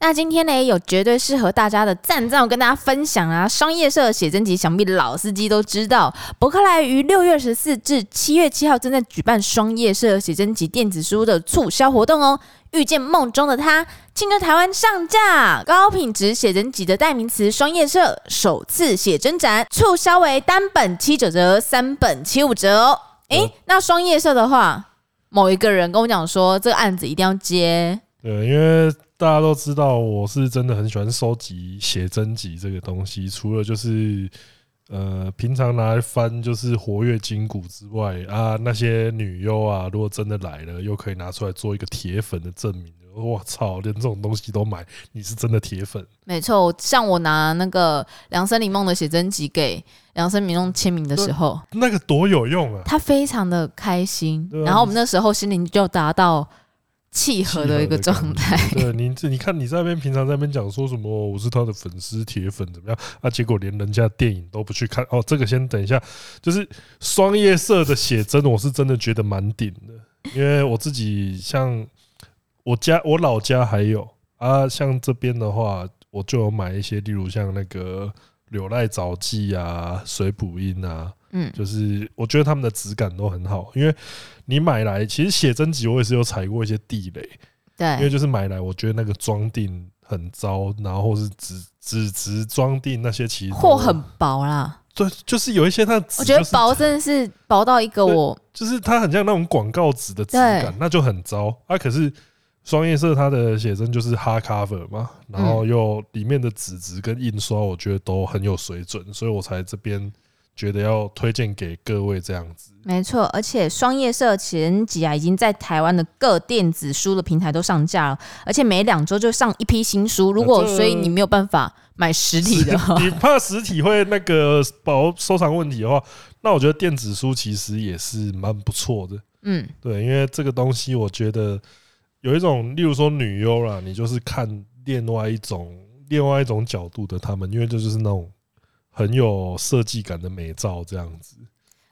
那今天呢，有绝对适合大家的赞赞，我跟大家分享啊。商业社的写真集，想必老司机都知道。博客来于六月十四至七月七号正在举办商业社写真集电子书的促销活动哦。遇见梦中的他，庆祝台湾上架高品质写真集的代名词双叶社首次写真展，促销为单本七九折，三本七五折哦。诶、嗯那双叶社的话，某一个人跟我讲说，这个案子一定要接，对，因为大家都知道，我是真的很喜欢收集写真集这个东西。除了就是呃，平常拿来翻就是活跃筋骨之外啊，那些女优啊，如果真的来了，又可以拿出来做一个铁粉的证明。我操，连这种东西都买，你是真的铁粉？没错。像我拿那个梁森林梦的写真集给梁森林梦签名的时候，那个多有用啊！他非常的开心对，啊然后我们那时候心灵就达到契合的一个契合的状感觉态。 对你，这你看你在那边平常在那边讲说什么我是他的粉丝铁粉怎么样啊？结果连人家电影都不去看哦。这个先等一下，就是双叶社的写真，我是真的觉得蛮顶的，因为我自己像我家我老家还有啊，像这边的话，我就有买一些，例如像那个柳赖早记啊、水补印啊， 嗯，就是我觉得他们的质感都很好，因为你买来其实写真集我也是有踩过一些地雷。因为对，就是买来，我觉得那个装订很糟，然后或是纸纸质装订那些其实都货很薄啦。对，就是有一些它的纸我觉得就是薄真的是薄到一个对我就是它很像那种广告纸的质感对，那就很糟啊。可是双叶社它的写真就是 hard cover 嘛，然后又里面的纸质跟印刷，我觉得都很有水准，所以我才这边觉得要推荐给各位这样 子。没错，而且双叶社前集啊，已经在台湾的各电子书的平台都上架了，而且每两周就上一批新书。如果呃这所以你没有办法买实体的话，你怕实体会那个保收藏问题的话，那我觉得电子书其实也是蛮不错的。 嗯，对，因为这个东西，我觉得有一种，例如说女优啦，你就是看另外一种、另外一种角度的他们，因为这就是那种很有设计感的美照这样子。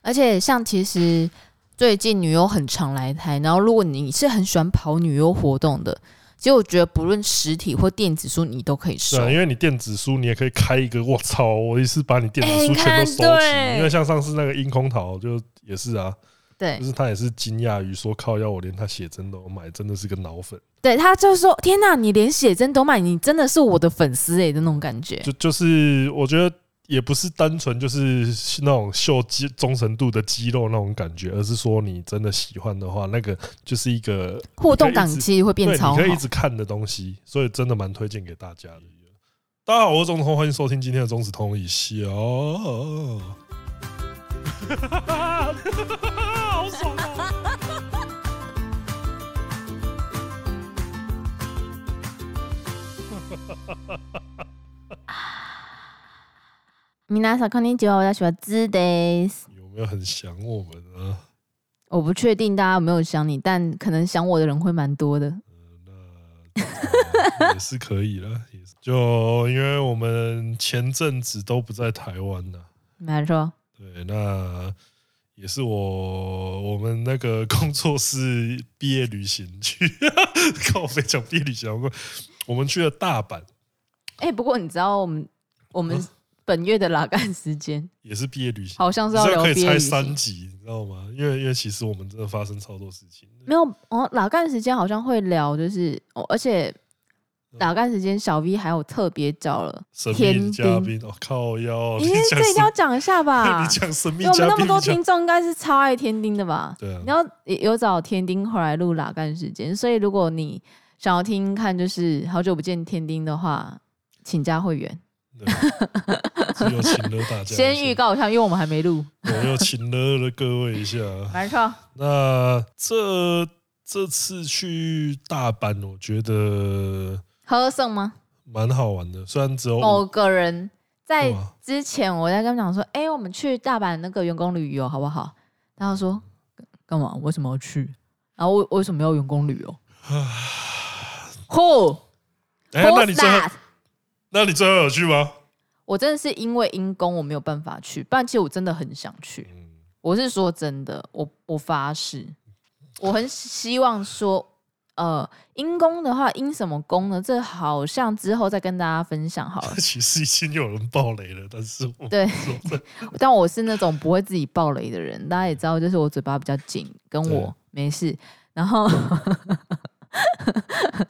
而且像其实最近女优很常来台，然后如果你是很喜欢跑女优活动的，其实我觉得不论实体或电子书，你都可以收对、。啊，因为你电子书，你也可以开一个，我操，我一次把你电哎你子书全看都收齐。对因为像上次那个樱空桃就也是啊，对就，是他也是惊讶于说靠，要我连他写真都有买，真的是个脑粉。对，他就说：“天哪，你连写真都买，你真的是我的粉丝诶、的那种感觉。”就就是我觉得也不是单纯就是那种秀肌忠诚度的肌肉那种感觉，而是说你真的喜欢的话，那个就是一个互动感你可以一直其实会变对，超你好可。以一直看的东西，所以真的蛮推荐给大家的。大家好，我是钟子通，欢迎收听今天的钟子通一哦笑。好爽啊！米娜萨康尼九，我要喜欢 z d 有没有很想我们啊？ 我不确定大家有没有想你，但可能想我的人会蛮多的。也是可以了，也是就因为我们前阵子都不在台湾啊呐、没错，对，那也是我我们那个工作室毕业旅行去， 靠我没讲毕业旅行，我我们去了大阪，哎、不过你知道我们我们本月的拉干时间也是毕业旅行，好像是你要知道聊可以毕业拆旅三行，集，你知道吗？因为因为其实我们真的发生超多事情的，没有哦，拉干时间好像会聊，就是哦，而且嗯拉干时间小 V 还有特别找了，神天秘嘉宾，哦靠腰哦，因你为这讲一定要神讲一下吧你。讲神秘因为我们嘉那宾，么多你讲听众，应该是超爱天丁的吧？对啊你，要有找天丁回来录拉干时间，所以如果你想要听看就是好久不见天丁的话，请加会员。对啊 只有请了大家一下，先预告一下，因为我们还没 录。我又请了了各位一下。没错，那这这次去大阪，我觉得喝剩吗？蛮好玩的，虽然只有某五个人在对啊之前我在跟他讲说，哎、我们去大阪那个员工旅游好不好？然后他说干嘛？为什么要去？然后为为什么要员工旅游？Who？ 哎、那你 Who's 最后 that？那你最后有去吗？ 我真的是因为因公我没有办法去，不然其实我真的很想去。嗯，。我是说真的，我我发誓，我很希望说，呃，因公的话，因什么公呢？这好像之后再跟大家分享好了其实已经有人爆雷了，但是我对说真的但我是那种不会自己爆雷的人，大家也知道，就是我嘴巴比较紧，跟对我没事。然后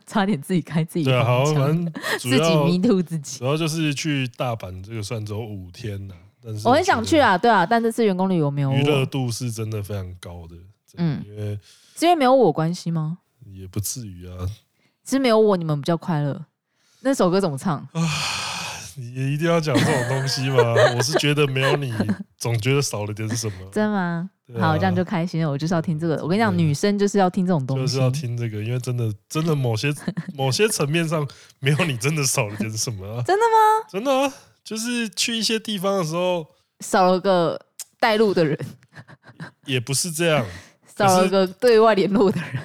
差点自己开自己对啊，好，黄腔反正主自己要迷途自己。主要就是去大阪这个算走五天呐、啊但是我很想去啊，啊，对啊，但这次员工旅游没有我，娱乐度是真的非常高的，嗯嗯，因为是因为没有我关系吗？也不至于啊， 是没有我你们比较快乐。那首歌怎么唱？哦你也一定要讲这种东西吗？我是觉得没有你，总觉得少了点什 么。真吗？对啊好，这样就开心了。我就是要听这个。我跟你讲，对女生就是要听这种东西，就是要听这个，因为真的真的某些 某些层面上没有你，真的少了点什么、啊。真的吗？真的、啊，就是去一些地方的时候，少了个带路的人，也不是这样， 少了个对外联络的人。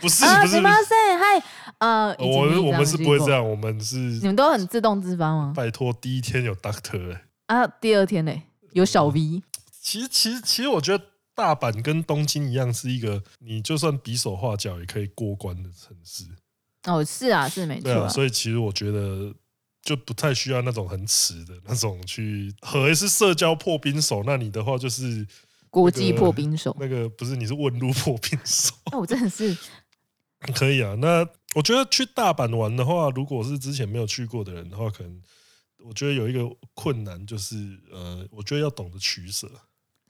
不是啊，不是すみ不ま是，せん。嗨，呃，已经我已们经我们是不会这已经过。样，我们是你们都很自动自发吗？拜托，第一天有 Doctor 欸啊，第二天嘞，有小 V，其实其实其实我觉得大阪跟东京一样，是一个你就算比手画脚也可以过关的城市。哦，是啊，是没错对啊，啊。所以其实我觉得就不太需要那种很迟的那种去，何谓是社交破冰手？那你的话就是国际破冰手，那个不是你是问路破冰手， 哎，我真的是可以啊。那我觉得去大阪玩的话，如果是之前没有去过的人的话，可能我觉得有一个困难就是，呃，我觉得要懂得取舍。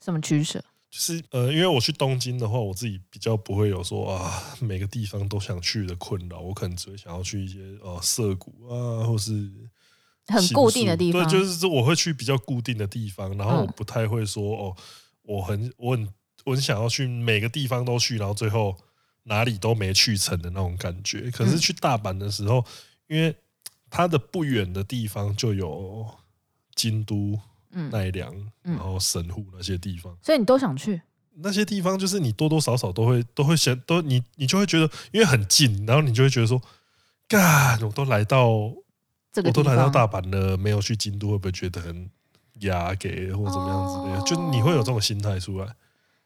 什么取舍？就是呃，因为我去东京的话，我自己比较不会有说啊每个地方都想去的困扰，我可能只会想要去一些呃涩谷啊，或是很新固定的宿地方，对，就是说我会去比较固定的地方，然后我嗯不太会说哦，我很我很我很想要去每个地方都去，然后最后哪里都没去成的那种感觉。可嗯是去大阪的时候，因为它的不远的地方就有京都、嗯，奈良，嗯然后神户那些地方。所以你都想去，那些地方，就是你多多少少都会都会想都你你就会觉得，因为很近，然后你就会觉得说，干，我都来到我这个都地来到方大阪了，没有去京都，会不会觉得很压给或怎么样之类的？哦就你会有这种心态出来，因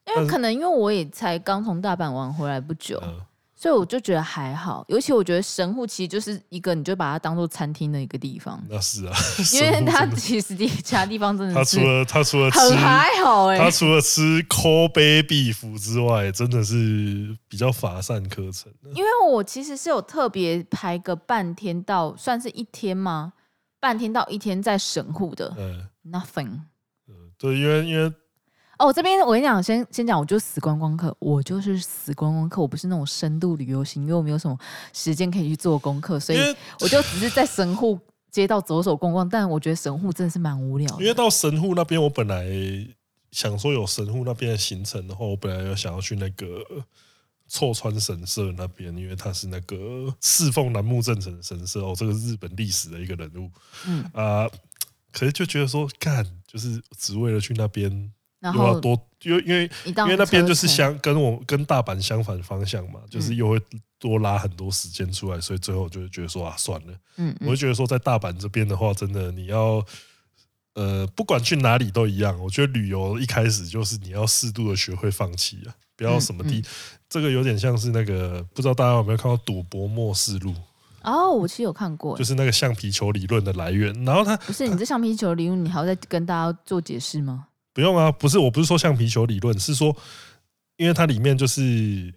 但为是可能因为我也才刚从大阪玩回来不久，嗯，所以我就觉得还好。尤其我觉得神户其实就是一个，你就把它当做餐厅的一个地方，那是啊，因为 神户它真的其实其他地 方真他的除是了他除了吃很还好哎、他除了吃 Kobe beef 之外，真的是比较乏善可陈的。因为我其实是有特别排个半天到，算是一天吗？半天到一天在神户的嗯， nothing。嗯对，因为因为哦，我这边我跟你讲，先先讲，我就是死观光客，我就是死观光客，我不是那种深度旅游型，因为我没有什么时间可以去做功课，所以因为我就只是在神户街道走走逛逛。但我觉得神户真的是蛮无聊因为的。到神户那边，我本来想说有神户那边的行程的话，我本来有想要去那个臭川神社那边，因为它是那个侍奉楠木正成的神社哦，这个日本历史的一个人物嗯，啊、可是就觉得说，干就是只为了去那边，然又要后啊多，因为因为一因到为那边车嗯就是程相跟我跟大阪相反方向嘛，就是又会多拉很多时间出来，所以最后我就会觉得说啊，算了。嗯我就嗯觉得说，在大阪这边的话，真的你要呃，不管去哪里都一样。我觉得旅游一开始就是你要适度的学会放弃啊，不要什么地，嗯这个有点像是那个不知道大家有没有看到《赌博末世录》，哦，我其实有看过就，是那个橡皮球理论的来源。然后它不是你这橡皮球礼物，你还要再跟大家做解释吗？不用啊，不是，我不是说橡皮球理论，是说，因为它里面就是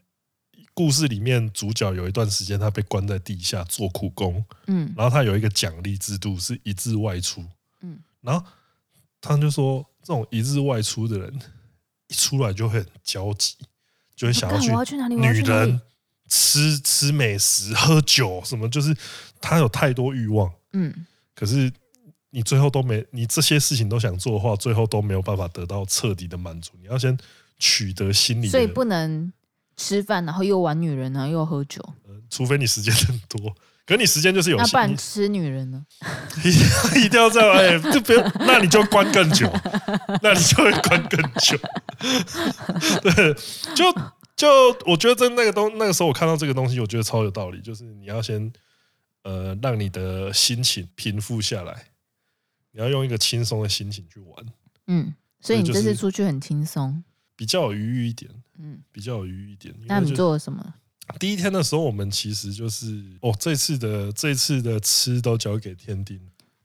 故事里面主角有一段时间他被关在地下做苦工，嗯然后他有一个奖励制度是一日外出，嗯嗯，然后他就说这种一日外出的人一出来就会很焦急，就会想要干去我要去哪里？我要女去哪里人？吃吃美食、喝酒什么，就是他有太多欲望，嗯，可是你最后都没，你这些事情都想做的话，最后都没有办法得到彻底的满足。你要先取得心理的，所以不能吃饭，然后又玩女人，然后又喝酒。呃除非你时间很多。可你时间就是有那不限，然你吃女人呢？ 一定要这样，哎、就不要，那你就关更久，那你就会关更 久。对，就就我觉得在那个东那个时候，我看到这个东西，我觉得超有道理，就是你要先呃让你的心情平复下来，你要用一个轻松的心情去玩，嗯，所以你所以就这是次出去很轻松。比较有余裕一点，嗯，比较有余裕一点。因为那你就做了什么？第一天的时候，我们其实就是哦，这次的这次的吃都交给天丁，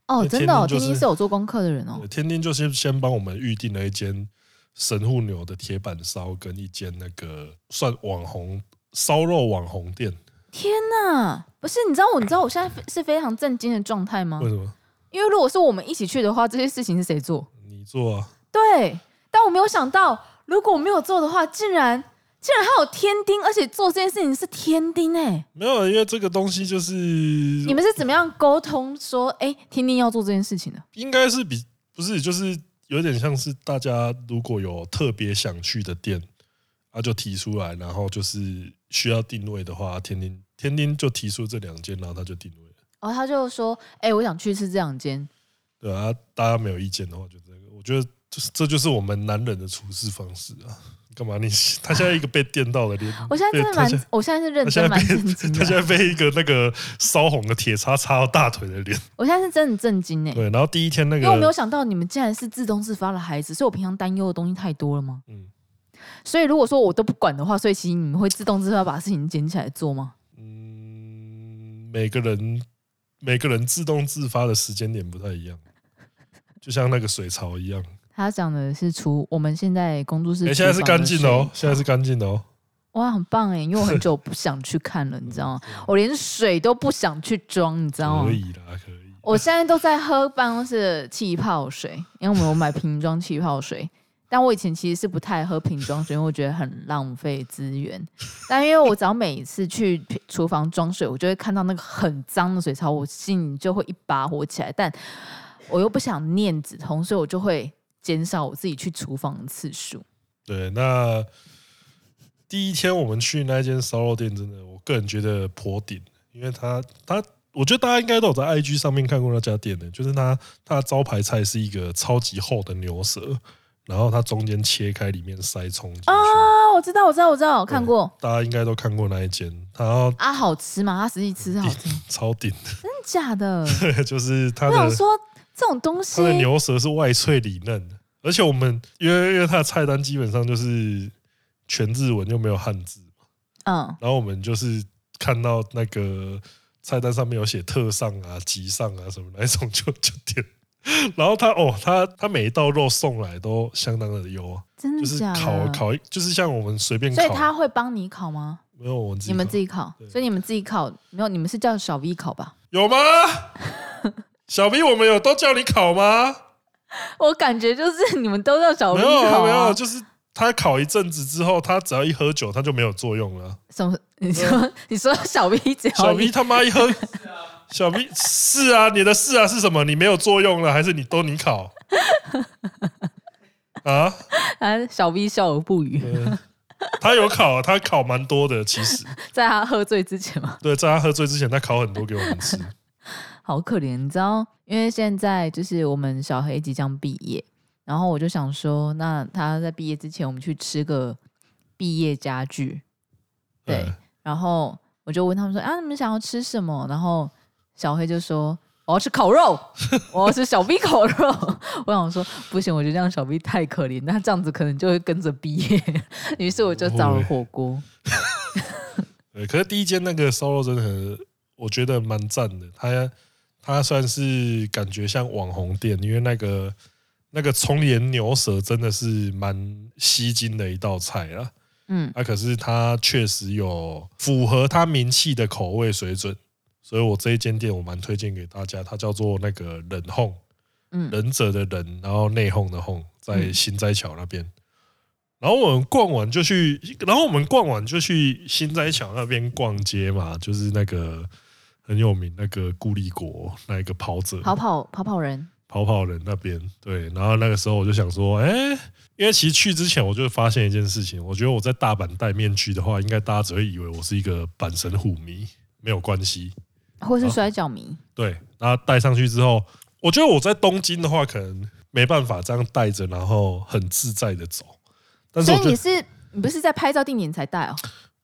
哦，真的、哦，天天津就是丁是有做功课的人哦。天丁就是先帮我们预定了一间神户牛的铁板烧跟一间那个算网红烧肉网红店，天哪，不是，你知道我，你知道我现在非是非常震惊的状态吗为？什么？因为如果是我们一起去的话，这些事情是谁做？你做啊？对，但我没有想到，如果我没有做的话，竟然竟然还有天丁，而且做这件事情是天丁哎、没有，因为这个东西就是你们是怎么样沟通说，哎、天丁要做这件事情的？应该是比不是，就是有点像是大家如果有特别想去的店，啊就提出来，然后就是需要定位的话，啊天丁天丁就提出这两间，然后他就定位了。然后他就说，哎、我想去吃这两间，对啊，大家没有意见的话，就这个，我觉得就是这就是我们男人的处事方式啊。干嘛你？他现在一个被电到了脸，我现在真的对蛮，我现在是认他真现在蛮被震惊他现的，在被一个那个烧红的铁叉插到大腿的脸。我现在是真的震惊哎、对，然后第一天那因为我没有个，想到你们竟然是自动自发的孩子，所以我平常担忧的东西太多了吗？嗯所以如果说我都不管的话，所以其实你们会自动自发把事情捡起来做吗？嗯，每个人每个人自动自发的时间点不太一样，就像那个水槽一样。他讲的是厨，我们现在工作室、哎、现在是干净的哦，现在是是干净的哦。哇，很棒哎，因为我很久不想去看了，你知道 啊吗？我连水都不想去装，你知道可吗？以啦，可以。我现在都在喝办公室的气泡水，因为我们有买瓶装气泡水。但我以前其实是不太喝瓶装水，因为我觉得很浪费资源。但因为我只要每一次去厨房装水，我就会看到那个很脏的水槽，我心里就会一把火起来。但我又不想念子通，所以我就会减少我自己去厨房的次数。对，那第一天我们去那间烧肉店，真的，我个人觉得颇顶，因为它它，我觉得大家应该都有在 IG 上面看过那家店的，就是它它的招牌菜是一个超级厚的牛舌，然后它中间切开，里面塞葱进去，哦，我知道，我知道，我知道，我看过大家应该都看过那一间，然后啊，好吃吗？它实际吃是好 吃，真超顶，的假的？就是它我想的说这种东西它的牛舌是外脆里嫩的，而且我们因为因为它的菜单基本上就是全日文又没有汉字。嗯，然后我们就是看到那个菜单上面有写特上啊、极上啊什么那一种就就点。然后他哦，他他每一道肉送来都相当的优啊，真就的是假的？烤烤，就是像我们随便所以烤，他会帮你烤吗？没有我们自己你们烤自己烤，对所以你们自己烤没有？你们是叫小 V 烤吧？有吗？ 小 B，我们有都叫你烤吗？我感觉就是你们都叫小没 V 有啊烤、没有，就是他烤一阵子之后，他只要一喝酒，他就没有作用了啊。什 么？你说你说小 V 只要小一 V 他妈一喝， 小 V 是啊，你的是啊是什么？你没有作用了，还是你都你考？啊，啊，小 V 笑而不语，呃他有考，他考蛮多的，其实在他喝醉之前嘛，对，在他喝醉之前，他考很多给我们吃。好可怜，你知道？因为现在就是我们小黑即将毕业，然后我就想说，那他在毕业之前，我们去吃个毕业家具，对呃，然后我就问他们说：“啊，你们想要吃什么？”然后小黑就说：“我要吃烤肉， 我要吃小 B 烤肉。” 我想说不行，我觉得这样小 B 太可怜，那这样子可能就会跟着毕业。 于是我就找哦了火锅，对，可是第一间那个烧肉真的很，我觉得蛮赞的。它它算是感觉像网红店，因为那个那个葱盐牛舌真的是蛮吸睛的一道菜啦。嗯，啊，可是它确实有符合它名气的口味水准，所以我这一间店我蛮推荐给大家，它叫做那个忍烘，嗯忍者的忍，然后内烘的烘，在嗯新斋桥那边。然后我们逛完就去，然后我们逛完就去新斋桥那边逛街嘛，就是那个很有名那个固力国那一个跑者，跑跑跑跑人，跑跑人那边，对，然后那个时候我就想说，哎、因为其实去之前我就发现一件事情，我觉得我在大阪戴面具的话，应该大家只会以为我是一个阪神虎迷，没有关系。或是摔跤迷，对，然后戴上去之后，我觉得我在东京的话，可能没办法这样戴着，然后很自在的走。但是所我以觉你得是你不是在拍照地点才带哦？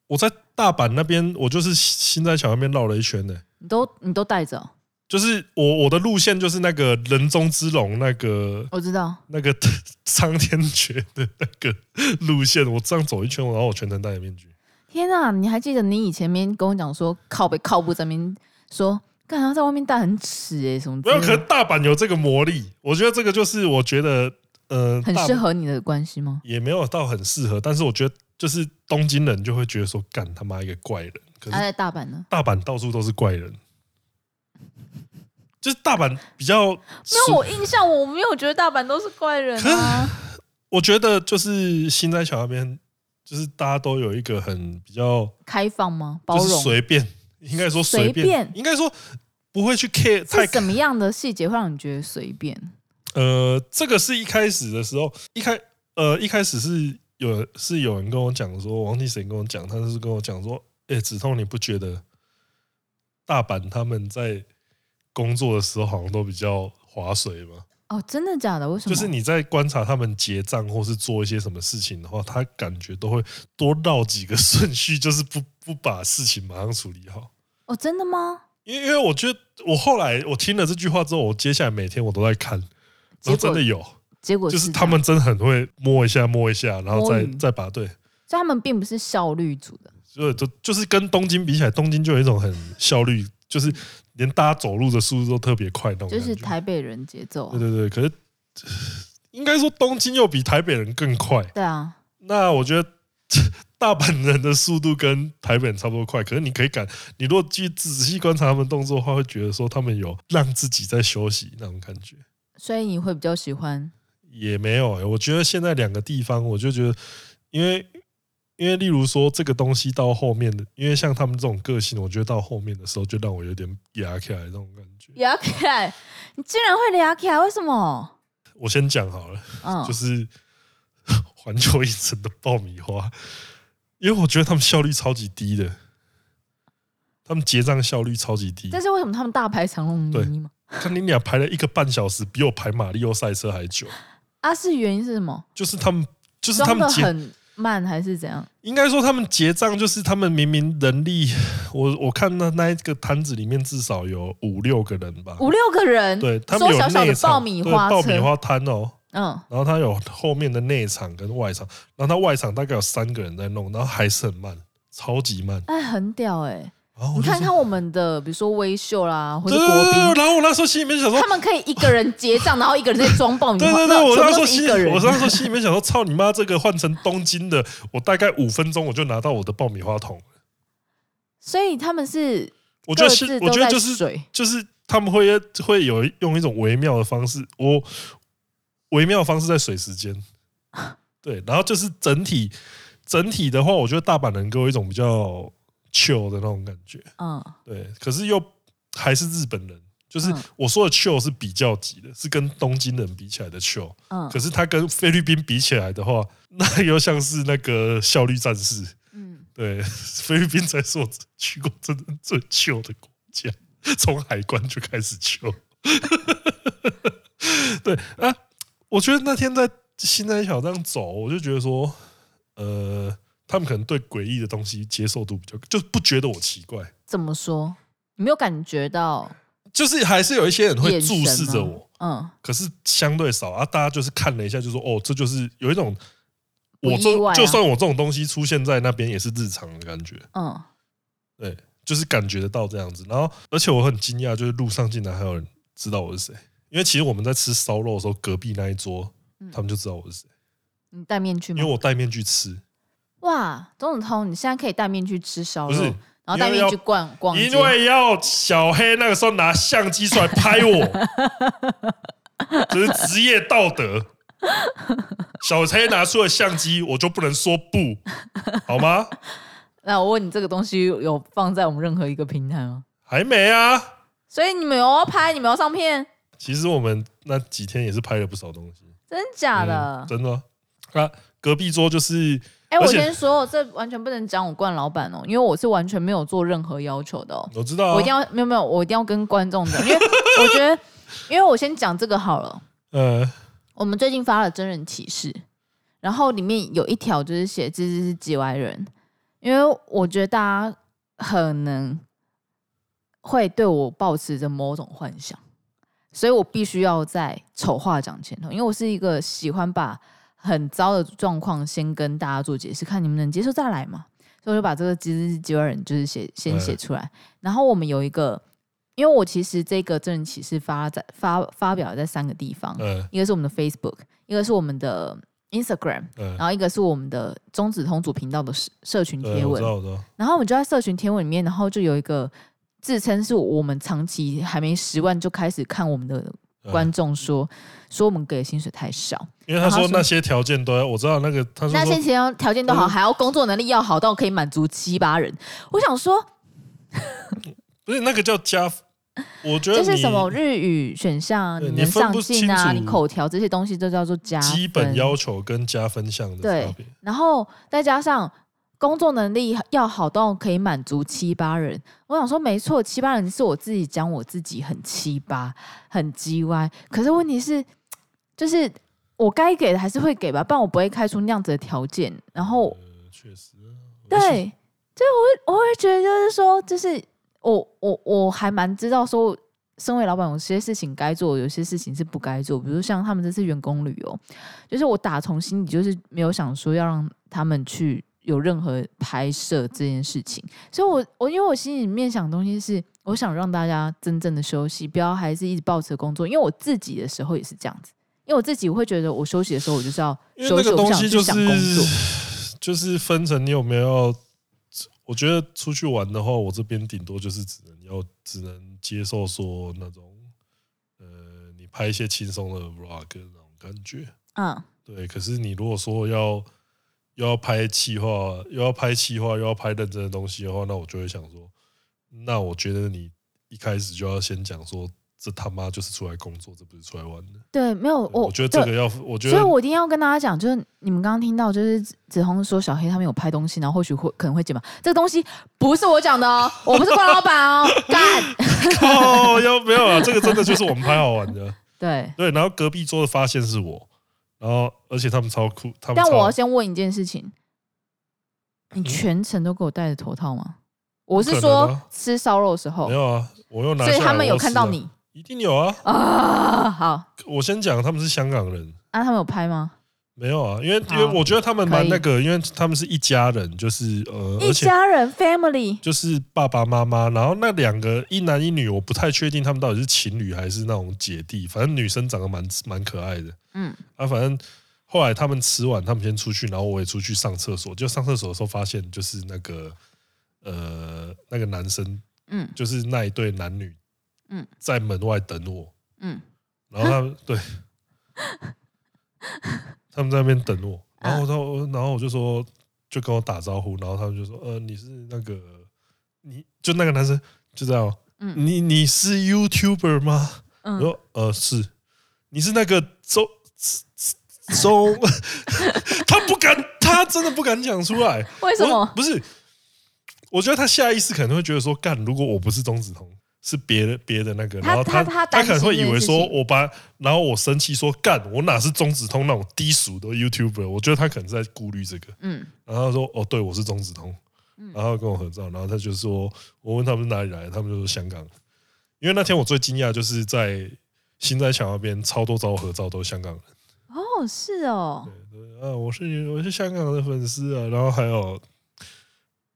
我在大阪那边，我就是新在桥那边绕了一圈呢、你都你都带着哦、就是我我的路线就是那个人中之龙那个我知道。那个 苍天诀的那个路线，我这样走一圈，然后我全程戴着面具。天啊，你还记得你以前面跟我讲说靠北靠步这边说，干他在外面大很耻哎、什么之没有，可类能的，大阪有这个魔力，我觉得这个就是我觉得呃，很大适阪合你的关系吗？也没有到很适合，但是我觉得就是东京人就会觉得说，干他妈一个怪人，可他是在大阪呢？大阪到处都是怪人，就是大阪比较没有，舒我印象我没有觉得大阪都是怪人啊。我觉得就是新斋桥那边，就是大家都有一个很比较 开放吗？包就是容随便，应该说随随便应该说不会去 care 太是什么样的细节会让你觉得随便？呃，这个是一开始的时候，一开呃一开始是有是有人跟我讲说，王继谁跟我讲，他就是跟我讲说，哎、止痛你不觉得大阪他们在工作的时候好像都比较划水吗？哦，真的假的？为什就么？是你在观察他们结账或是做一些什么事情的话，他感觉都会多绕几个顺序，就是不不把事情马上处理好。哦，真的吗？因为因为我觉得我后来我听了这句话之后，我接下来每天我都在看，结果然后真的有，结果就是这他样，们真的很会摸一下摸一下，然后再摸鱼再把对，所以他们并不是效率组的，就就就是跟东京比起来，东京就有一种很效率，就是连大家走路的速度都特别快那种感就觉。是台北人节奏啊对。对对，可是 应该说东京又比台北人更快。对啊，那我觉得大阪人的速度跟台北人差不多快，可是你可以感，你如果去仔细观察他们动作的话，会觉得说他们有让自己在休息那种感觉。所以你会比较喜欢也没有、欸，我觉得现在两个地方，我就觉得，因为因为例如说这个东西到后面的，因为像他们这种个性，我觉得到后面的时候就让我有点压起来那种感觉。聊起来，你竟然会聊起来，为什么？我先讲好了，嗯，就是环球影城的爆米花，因为我觉得他们效率超级低的，他们结账效率超级低。这是为什么他们大排长龙的原因吗？看你俩排了一个半小时，比我排马里奥赛车还久，啊，是原因是什么？就是他们，就是他装们的结，很慢还是怎样？应该说他们结账就是他们明明人力，我我看那那一个摊子里面至少有五六个人吧，五六个人， 对他们有缩小小的内场爆米花对爆车米花摊哦，嗯，然后他有后面的内场跟外场，然后他外场大概有三个人在弄，然后还是很慢，超级慢。哎，很屌哎！然后我你哦就看说，看我们的，比如说微秀啦，或者对对国对对，宾，然后我那时候心里面想说他，们可以一个人结账，然后一个人在装爆米对花，对那对，我全那部时候都是心一个里，人我。那时候心里面想说，操你妈，这个换成东京的，我大概五分钟我就拿到我的爆米花桶。所以他们是我觉各得自是，都我觉得在就是水，就是他们会会有用一种微妙的方式，我微妙的方式在水时 间，对，然后就是整体整体的话，我觉得大阪人给我一种比较 chill 的那种感觉，嗯，对，可是又还是日本人，就是嗯我说的 chill 是比较级的，是跟东京人比起来的 chill，嗯可是他跟菲律宾比起来的话，那又像是那个效率战士，嗯，对， 菲律宾才是我去过真正最旧的国家，从海关就开始旧。 对啊，我觉得那天在新山小这样走，我就觉得说，呃，他们可能对诡异的东西接受度比较，就不觉得我奇怪，怎么说？你没有感觉到就是还是有一些人会眼注神视着吗我，，嗯，可是相对少啊，大家就是看了一下，就说哦，这就是有一种。不我意这外啊就算我这种东西出现在那边也是日常的感觉，嗯，对，就是感觉得到这样子。然后，而且我很惊讶，就是路上竟然还有人知道我是谁，因为其实我们在吃烧肉的时候，隔壁那一桌嗯他们就知道我是谁，你戴面具因吗为？我戴面具吃，哇，钟子通，你现在可以戴面具吃烧不肉是，然后戴因为面要具逛逛街，因为要小黑那个时候拿相机出来拍我，这是职业道德。小黑拿出了相机，我就不能说不，好吗？那我问你，这个东西有放在我们任何一个平台吗？还没啊。所以你们有要拍，你们要上片，其实我们那几天也是拍了不少东西，真假的嗯？真的。啊，隔壁桌就是哎、而我且先说，这完全不能讲我冠老板哦，因为我是完全没有做任何要求的哦。我知道、啊，我一定要没有没有，我一定要跟观众讲，因为我觉得，因为我先讲这个好了。呃，我们最近发了真人启事，然后里面有一条就是写芝芝是几外人，因为我觉得大家可能会对我抱持着某种幻想，所以我必须要在丑话讲前头，因为我是一个喜欢把很糟的状况先跟大家做解释，看你们能接受再来嘛。所以我就把这个《机智救人》就是写先嗯写出来。然后我们有一个，因为我其实这个真人启示发在发发表在三个地方，嗯一个是我们的 Facebook，一个是我们的 Instagram，嗯，然后一个是我们的中子通主频道的社社群贴嗯我文知。道我知道，然后我们就在社群贴文里面，然后就有一个自称是我们长期还没十万就开始看我们的嗯观众说、说我们给的薪水太少，因为他然后说他说那些条件都要，我知道那个他说那些说条条件都好，嗯还要工作能力要好到可以满足七八人。我想说不是那个叫加，我觉得这是你什么日语选项，对你你能分上不镜啊，清楚你口条这些东西都叫做加基本分要求跟加分项的对差别，然后再加上工作能力要好到可以满足七八人，我想说没错，七八人是我自己讲我自己很七八很叽歪，可是问题是，就是我该给的还是会给吧，不然我不会开出那样子的条件。然后呃确实，对，就是我会我会觉得就是说，就是我我我还蛮知道说。身为老板，有些事情该做，有些事情是不该做。比如像他们这次员工旅游，就是我打从心底就是没有想说要让他们去有任何拍摄这件事情，所以我我因为我心里面想的东西是，我想让大家真正的休息，不要还是一直抱着工作。因为我自己的时候也是这样子，因为我自己会觉得我休息的时候我就是要因为休那息，我个不东想西去就想工作。是就是分成你有没有，我觉得出去玩的话，我这边顶多就是只能要只能接受说那种，呃，你拍一些轻松的 vlog 那种感觉，嗯，对。可是你如果说要又要拍企划，又要拍企划，又要拍认真的东西的话，那我就会想说，那我觉得你一开始就要先讲说，这他妈就是出来工作，这不是出来玩的。对，没有我我觉得这哦对个要，我觉所以得我一定要跟大家讲，就是你们刚刚听到，就是子子红说小黑他们有拍东西，然后或许会可能会剪吧。这个东西不是我讲的哦，我不是官老板 哦，干。靠，要没有啊？这个真的就是我们拍好玩的。对，对，然后隔壁桌的发现是我，然后而且他们超酷，他但们超我要先问一件事情，你全程都给我戴着头套吗？我是不可能啊说吃烧肉的时候嗯没，有啊，我又拿下所来，以他们有我又看到撕了，你一定有啊。啊。 好，我先讲，他们是香港人，那、他们有拍吗？没有啊，因为好因为我觉得他们蛮可那以个，因为他们是一家人，就是呃，一而且家人 family，就是爸爸妈妈，然后那两个一男一女，我不太确定他们到底是情侣还是那种姐弟，反正女生长得蛮蛮可爱的。嗯，啊，反正后来他们吃完，他们先出去，然后我也出去上厕所。就上厕所的时候，发现就是那个呃，那个男生，嗯，就是那一对男女，嗯，在门外等我，嗯，然后他们对，他们在那边等我，嗯然后我说，然后我就说，就跟我打招呼，然后他们就说，呃，你是那个，你就那个男生就这样哦，嗯你你是 YouTuber 吗？我嗯，说呃是，你是那个周周， 他不敢，他真的不敢讲出来。为什我么？不是，我觉得他下意识可能会觉得说，干，如果我不是钟子通，是别的别的那个，他然后他他他担可能心会这以件为事说情我把，然后我生气说，干，我哪是钟子通那种低俗的 YouTuber？我觉得他可能在顾虑这个。嗯，然后他说：“哦，对，我是钟子通。”然后跟我合照，然后他就说：“我问他们是哪里来的，他们就说香港。”因为那天我最惊讶就是在新斋桥那边，超多找我合照都是香港人。哦，是哦，啊，我是我是香港的粉丝啊，然后还有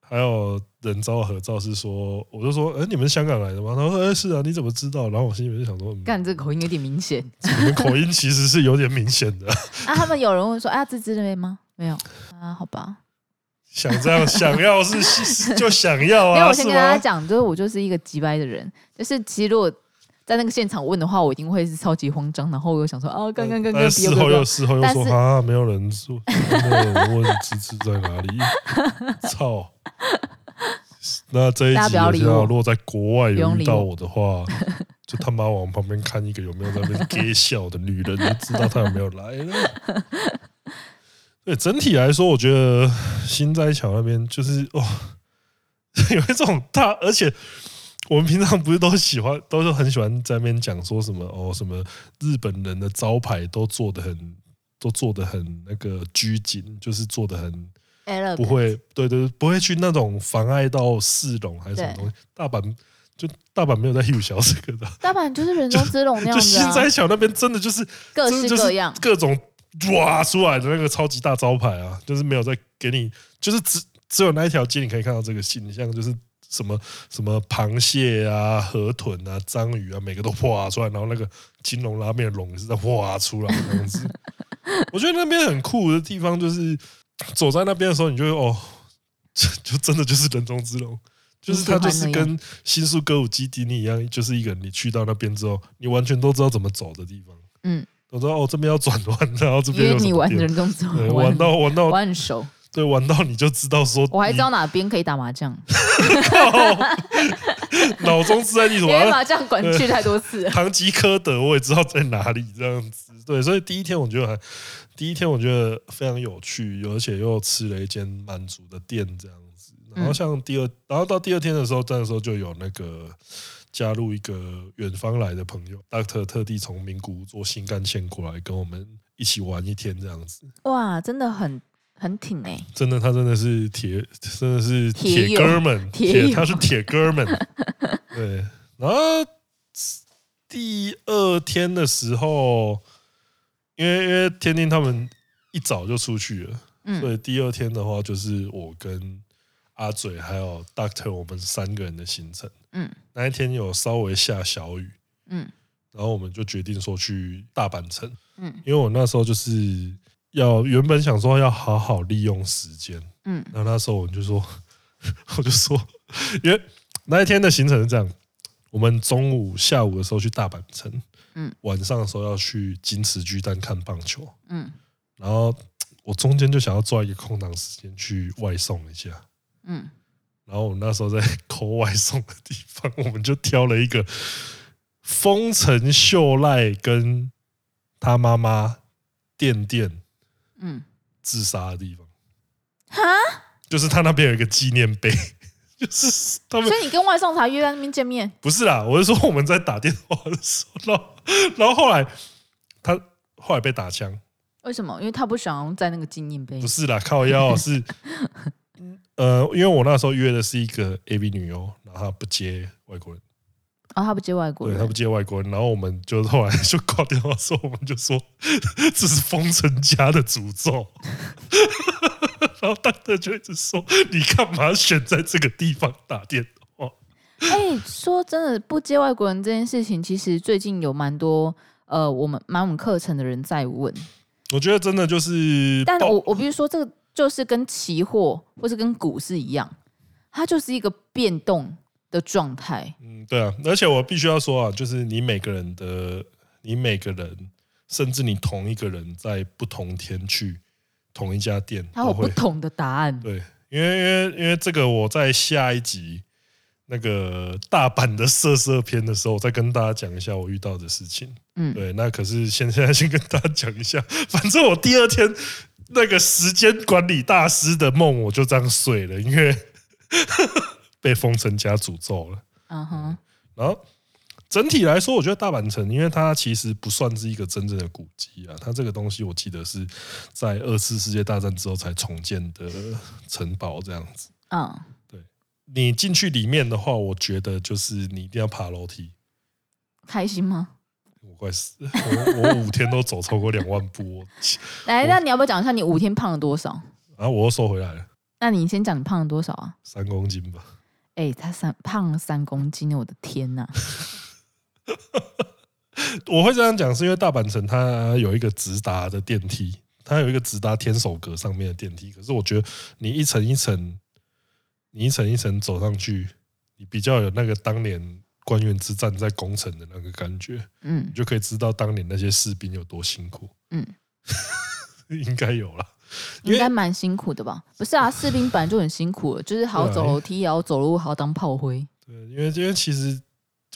还有人找我合照是说，我就说：“哎、你们是香港来的吗？”他说：“哎、是啊，你怎么知道？”然后我心里面就想说：“嗯干这个口音有点明显。你们口音其实是有点明显的。”啊，他们有人问说，啊，这支的吗？没有啊，好吧。想这样，想要是是就想要 因为啊，我先是跟大家吗？讲，就是我就是一个急掰的人，就是其实如果在那个现场问的话，我一定会是超级慌张，然后我又想说，哦，刚刚刚刚但比呃事后又事后又说但是啊，没有人说，没有人问芝芝在哪里， 操！ 那这一大家集不要我理知道，我如果在国外不有用理遇到我我的话，就他妈往旁边看一个有没有在那边憋笑的女人，就知道她有没有来了。对，整体来说，我觉得新斋桥那边就是哦，有一种大，而且我们平常不是都喜欢，都是很喜欢在那边讲说什么哦，什么日本人的招牌都做的很，都做的很那个拘谨，就是做的很 L 不会，对对，对不会去那种妨碍到市容还是什么对东西。大阪就大阪没有在 h u 小这个的，啊大阪就是人中之龙那样就子新啊，斋桥那边真的就是各真式的就是各样。各种哇出来的那个超级大招牌啊，就是没有在给你，就是只只有那一条街你可以看到这个形象，就是什么什么螃蟹啊、河豚啊、章鱼啊，每个都画出来，然后那个金龙拉面的龙也是在画出来这样子。 我觉得那边很酷的地方就是，走在那边的时候，你就会哦，就就真的就是人中之龙。就是它就是你喜欢跟新宿歌舞基地你一样，就是一个你去到那边之后，你完全都知道怎么走的地方。嗯，我知道哦，这边要转弯，然后这因边为有什你 么玩店人工智对能，玩到玩到我很熟，对，玩到你就知道说，我还知道哪边可以打麻 将，你 脑中自在地图因啊，为麻将馆去太多次了。堂吉诃德我也知道在哪里这样子。对，所以第一天我觉得还，第一天我觉得非常有趣，而且又吃了一间满族的店这样子。然嗯后像第二，然后到第二天的时候，那时候就有那个加入一个远方来的朋友，Doctor 特地从名古屋坐新干线过来跟我们一起玩一天这样子。 哇，真的很很挺哎、真的，他真的是铁，真的是铁铁友哥们，铁铁友他是铁 哥们。对，然后第二天的时候，因为因为天天他们一早就出去了，所嗯，以第二天的话就是我跟阿嘴还有 Doctor 我们三个人的行程。嗯，那一天有稍微下小雨，嗯，然后我们就决定说去大阪城。嗯，因为我那时候就是要原本想说要好好利用时间。嗯，然后那时候我们就说， 我就说，因为那一天的行程是这样：我们中午、下午的时候去大阪城，嗯，晚上的时候要去金池巨蛋看棒球，嗯，然后我中间就想要抓一个空档时间去外送一下，嗯，然后我们那时候在 抠外送的地方，我们就挑了一个丰臣秀赖跟他妈妈电电嗯，自杀的地方，哈，就是他那边有一个纪念碑， 就是他们所以你跟外送茶约在那边见面，不是啦，我是说我们在打电话的时候，然后然后后来他后来被打枪，为什么？因为他不想在那个纪念碑不。是啦，靠腰是。呃，因为我那时候约的是一个 AV 女优，然后她不接外国人。哦，他不接外国对人他不。接外国人，然后我们就后来就挂电话说，我们就说 这是封城家的诅咒。 然后当特就一直说你干嘛选在这个地方打电话？哎、说真的，不接外国人这件事情，其实最近有蛮多呃，我们蛮我们课程的人在问，我觉得真的就是但报，我我必须说，这个就是跟期货或是跟股市一样，它就是一个变动的状态。嗯，对啊，而且我必须要说啊，就是你每个人的，你每个人，甚至你同一个人在不同天去同一家店，它都有不哦会同的答案。对，因为因为因为这个，我在下一集那个大阪的色色篇的时候，我再跟大家讲一下我遇到的事情。嗯对，那可是先现在先跟大家讲一下，反正我第二天那个时间管理大师的梦，我就这样睡了，因为 被封城家诅咒了。嗯哼，然后整体来说，我觉得大阪城，因为它其实不算是一个真正的古迹啊，它这个东西我记得是在二次世界大战之后才重建的城堡这样子。嗯，你进去里面的话，我觉得就是你一定要爬楼梯。开心吗？我快死 了！我我五天都走超过两万步，我来，我那你要不要讲一下你五天胖了多少？然后我又瘦回来了那你先讲你胖了多少啊？三公斤吧。哎、他三胖了三公斤，我的天呐、我会这样讲，是因为大阪城它有一个直达的电梯，它有一个直达天守阁上面的电梯。可是我觉得你一层一层，你一层一层走上去，你比较有那个当年官员之战在攻城的那个感觉，嗯你，就可以知道当年那些士兵有多辛苦。嗯， 应该有啦，因应为该蛮辛苦的吧？不是 啊，士兵本来就很辛苦了，就是好对啊走楼梯，也要走路，好当炮灰。对，因为因为其实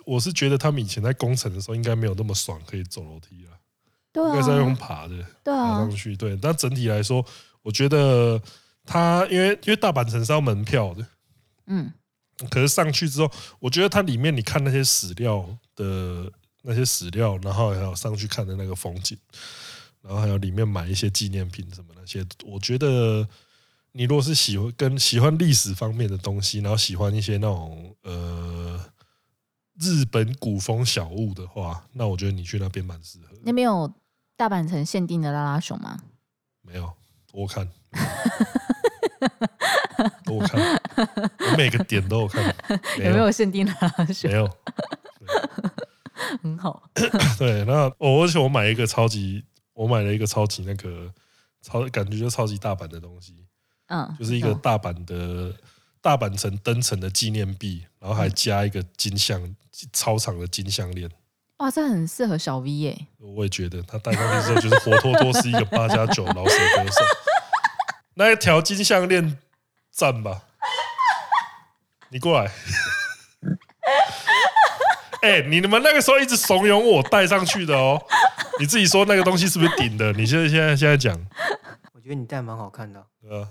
我是觉得他们以前在攻城的时候，应该没有那么爽，可以走楼梯啊，对应该是要用啊，爬的。对爬啊上，去。对，但整体来说，我觉得它因为因为大阪城是要门票的，嗯可是上去之后，我觉得它里面你看那些史料的那些史料，然后还有上去看的那个风景，然后还有里面买一些纪念品什么那些，我觉得。你如果是喜欢跟喜欢历史方面的东西，然后喜欢一些那种呃日本古风小物的话，那我觉得你去那边蛮适合的。那边有大阪 城限定的拉拉熊吗？没有，我看都有看，我每个点都有看，没有没有有限定啦？没有， 很好，对，那哦我而且我买一个超级，我买了一个超级那个超感觉就超级大阪的东西，嗯，就是一个大阪的大阪城登城的纪念币，然后还加一个金项超长的金项链。哇，这很适合小 V 耶、我也觉得他戴上去之后就是活脱脱是一个八加九老舌歌手。 那一条金项链赞吧，你过来。 哎、你们那个时候一直怂恿我戴上去的哦，你自己说那个东西是不是顶的？你现在现在现在讲，我觉得你戴蛮好看的啊、对吧？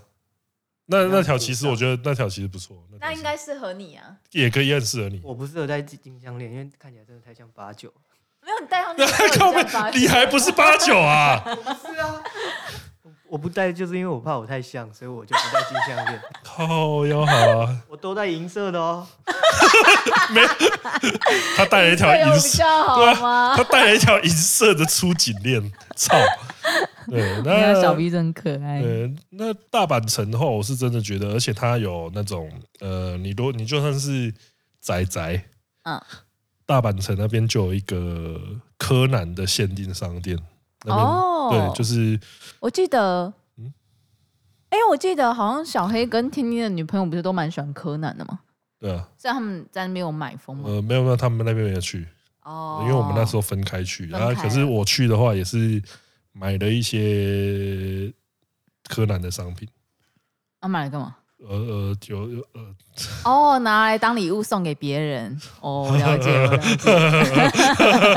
那那条其实我觉得那条其实不错，条那其实应该适合你啊。也可以很适合你。我不适合戴金项链，因为看起来真的太像八九。 没有你戴 上靠背，你还不是八九啊？ 是啊，我不戴就是因为我怕我太像，所以我就不戴金项链。 靠腰好啊，我都戴银色的哦。他戴了一条银啊有比色，较好对啊吗？他戴了一条银色的粗颈链，操！对，你看那小 V 真可爱，呃，那大阪城的话，我是真的觉得，而且它有那种呃，你如果你就算是宅宅，嗯，大阪城那边就有一个柯南的限定商店，那边、哦对，就是我记得嗯。哎、我记得好像小黑跟天天的女朋友不是都蛮喜欢柯南的吗？对啊，虽然他们在那边有买风吗？呃，没有没有，他们那边没有去，哦，因为我们那时候分开去，分然后开可是了我去的话也是买了一些柯南的商品，啊买来干嘛？呃呃，有有呃，哦，拿来当礼物送给别 人。哦，我了解，我了解。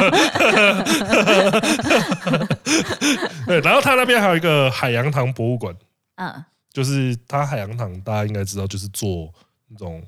对， 然后他那边还有一个海洋堂博物馆，嗯就是他海洋堂大家应该知道，就是做那种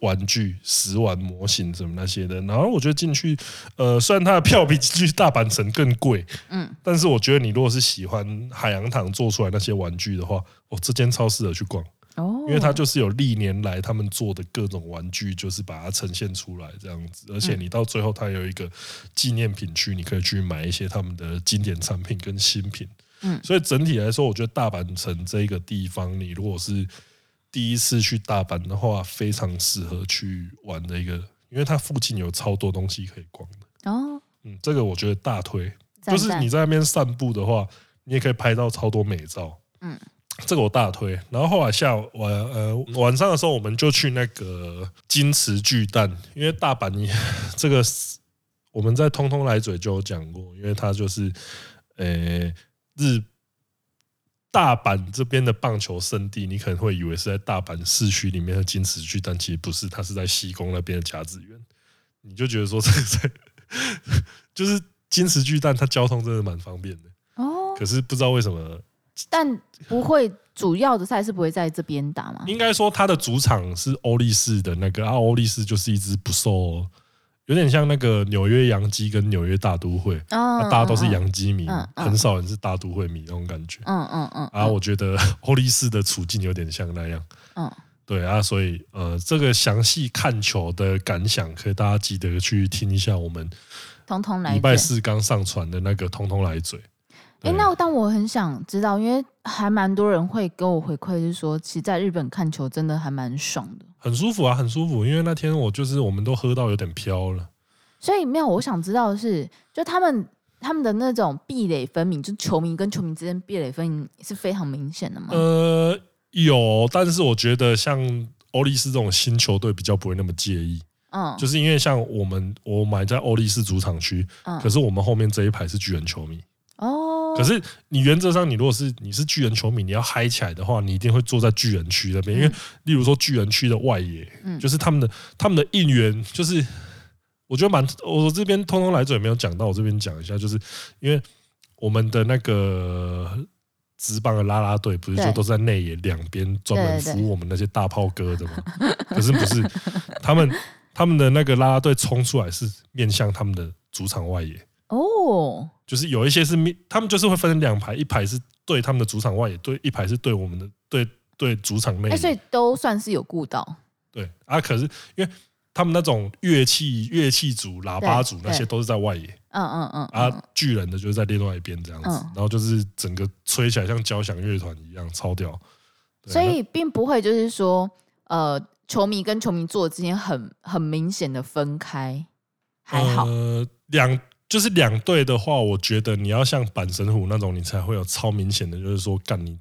玩具、食玩模型什么那些的。然后我觉得进去，呃，虽然它的票比进去大阪城更贵，嗯，但是我觉得你如果是喜欢海洋堂做出来那些玩具的话，哦，这间超适合去逛。哦，因为它就是有历年来他们做的各种玩具，就是把它呈现出来这样子。而嗯且你到最后，它有一个纪念品区，你可以去买一些他们的经典产品跟新品。嗯所以整体来说，我觉得大阪城这个地方，你如果是第一次去大阪的话，非常适合去玩的一个，因为它附近有超多东西可以逛的。哦，嗯，这个我觉得大推。赞就是赞你在那边散步的话，你也可以拍到超多美照。嗯，这个我大推。然后后来下午晚呃晚上的时候，我们就去那个金池巨蛋，因为大阪也 这个是我们在通通来嘴就有讲过，因为它就是呃日。大阪这边的棒球圣地，你可能会以为是在大阪市区里面的金池巨蛋，其实不是，它是在西宫那边的甲子园。你就觉得说这个在就是金石巨蛋，它交通真的蛮方便的。哦，可是不知道为什么，但不会主要的赛事不会在这边打吗？应该说它的主场是欧力士的那个啊，欧力士就是一支不受，有点像那个纽约洋基跟纽约大都会，啊啊，大家都是洋基迷嗯，嗯很少人是大都会迷那种感觉。嗯嗯嗯啊，我觉得欧力士的处境有点像那样。嗯，对啊，所以呃，这个详细看球的感想，可以大家记得去听一下我们通通来礼拜卷。四刚上传的那个《通通来嘴》哎、对。那但我很想知道，因为还蛮多人会跟我回馈，就是说，其实在日本看球真的还蛮爽的。很舒服啊，很舒服。因为那天我就是我们都喝到有点飘了，所以没有，我想知道的是，就他们他们的那种壁垒分明，就球迷跟球迷之间壁垒分明是非常明显的吗？呃，有，但是我觉得像欧力士这种新球队比较不会那么介意，嗯，就是因为像我们我买在欧力士主场区，嗯可是我们后面这一排是巨人球迷。哦，可是你原则上，你如果是你是巨人球迷，你要嗨起来的话，你一定会坐在巨人区那边，因为例如说巨人区的外野，嗯就是他们的他们的应援，就是我觉得蛮我这边通通来嘴没有讲到，我这边讲一下，就是因为我们的那个职棒的啦啦队不是对就都是在内野两边专门对对服务我们那些大炮哥的吗？可是不是他们他们的那个啦啦队冲出来是面向他们的主场外野。哦，就是有一些是面，他们就是会分成两排，一排是对他们的主场外野，对一排是对我们的对对主场内哎、野。所以都算是有顾到对啊，可是因为他们那种乐器乐器组、喇叭组对那些都是在外野嗯嗯嗯啊嗯，，巨人的就是在另外一边这样子嗯，然后就是整个吹起来像交响乐团一样，超屌。对所以并不会就是说，呃，球迷跟球迷座之间很很明显的分开，还好。呃，两就是两队的话，我觉得你要像板神虎那种，你才会有超明显的，就是说干你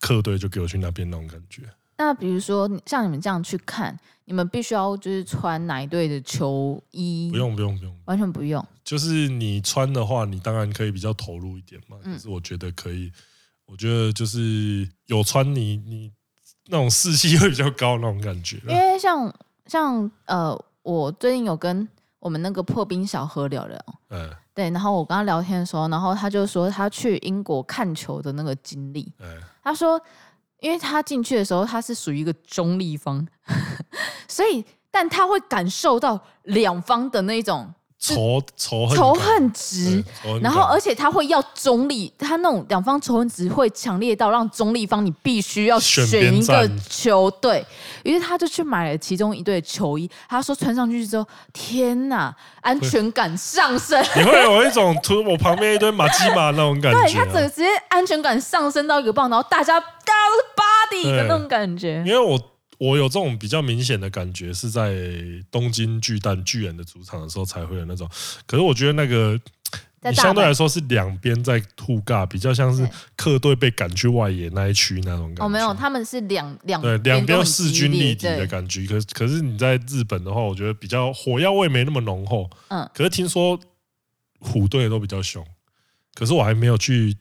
客队就给我去那边那种感觉。那比如说像你们这样去看，你们必须要就是穿哪一队的球衣？不，用不用不用，完全不用。就是你穿的话，你当然可以比较投入一点嘛。嗯可是我觉得可以，我觉得就是有穿你你那种士气会比较高那种感觉啦。因为像像呃，我最近有跟我们那个破冰小何聊聊，嗯对，然后我跟他聊天的时候，然后他就说他去英国看球的那个经历，嗯，他说，因为他进去的时候他是属于一个中立方， 所以但他会感受到两方的那种仇仇恨仇感恨值对。仇恨然后，感而且他会要中立，他那种两方仇恨值会强烈到让中立方你必须要选选一边个站球队，于是他就去买了其中一队的球衣。他说穿上去之后，天哪，安全感上升，你会有一种突我旁边一堆马基马那种感对觉、他整个啊。直接安全感上升到一个棒，然后大家大家都是 body 对的那种感觉因。为我我有这种比较明显的感觉是在东京巨蛋巨人的主场的时候才会有那种，可是我觉得那个。在你大阪相对来说是两边在互尬，比较像是对客队被赶去外野那一区那种感觉。哦，没有，他们是两两对，两边都要很势激均烈力敌的对感觉。可可是你在日本的话，我觉得比较火药味没那么浓厚。嗯可是听说虎队都比较凶，可是我还没有去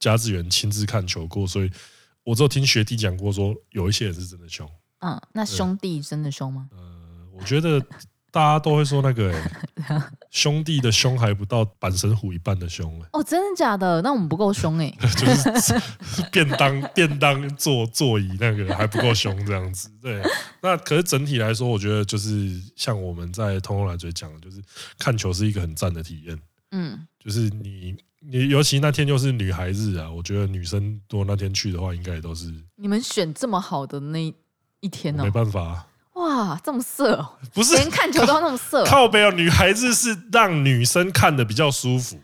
甲子园亲自看球过，所以我只有听学弟讲过说，有一些人是真的凶。嗯，那兄弟真的凶吗？呃，我觉得大家都会说那个、欸、 兄弟的凶还不到板神虎一半的凶、欸，哦，真的假的？那我们不够凶哎、 就是便当 便当座座椅那个还不够凶这样子。对，那可是整体来说，我觉得就是像我们在通通来嘴讲的，就是看球是一个很赞的体验。嗯，就是你你尤其那天又是女孩日啊，我觉得女生如果那天去的话，应该也都是 你们选这么好的那一天哦没，办法啊、哇，这么色、哦，不是连看球都要那么色、 靠背哦。女孩日是让女生看的比较舒服。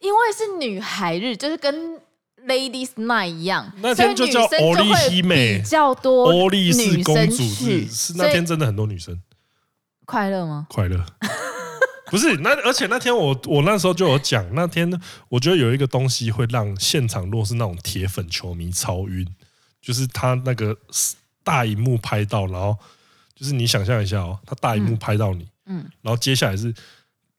因为是女孩日，就是跟 Ladies Night 一样，那天所就以叫女生欧丽会希美比较多欧力士女公生主去日是那天所以真的很多女生。快乐吗？快乐。不是那，而且那天我我那时候就有讲，那天我觉得有一个东西会让现场若是那种铁粉球迷超晕，就是他那个大荧幕拍到，然后就是你想象一下哦，他大荧幕拍到你，嗯，然后接下来是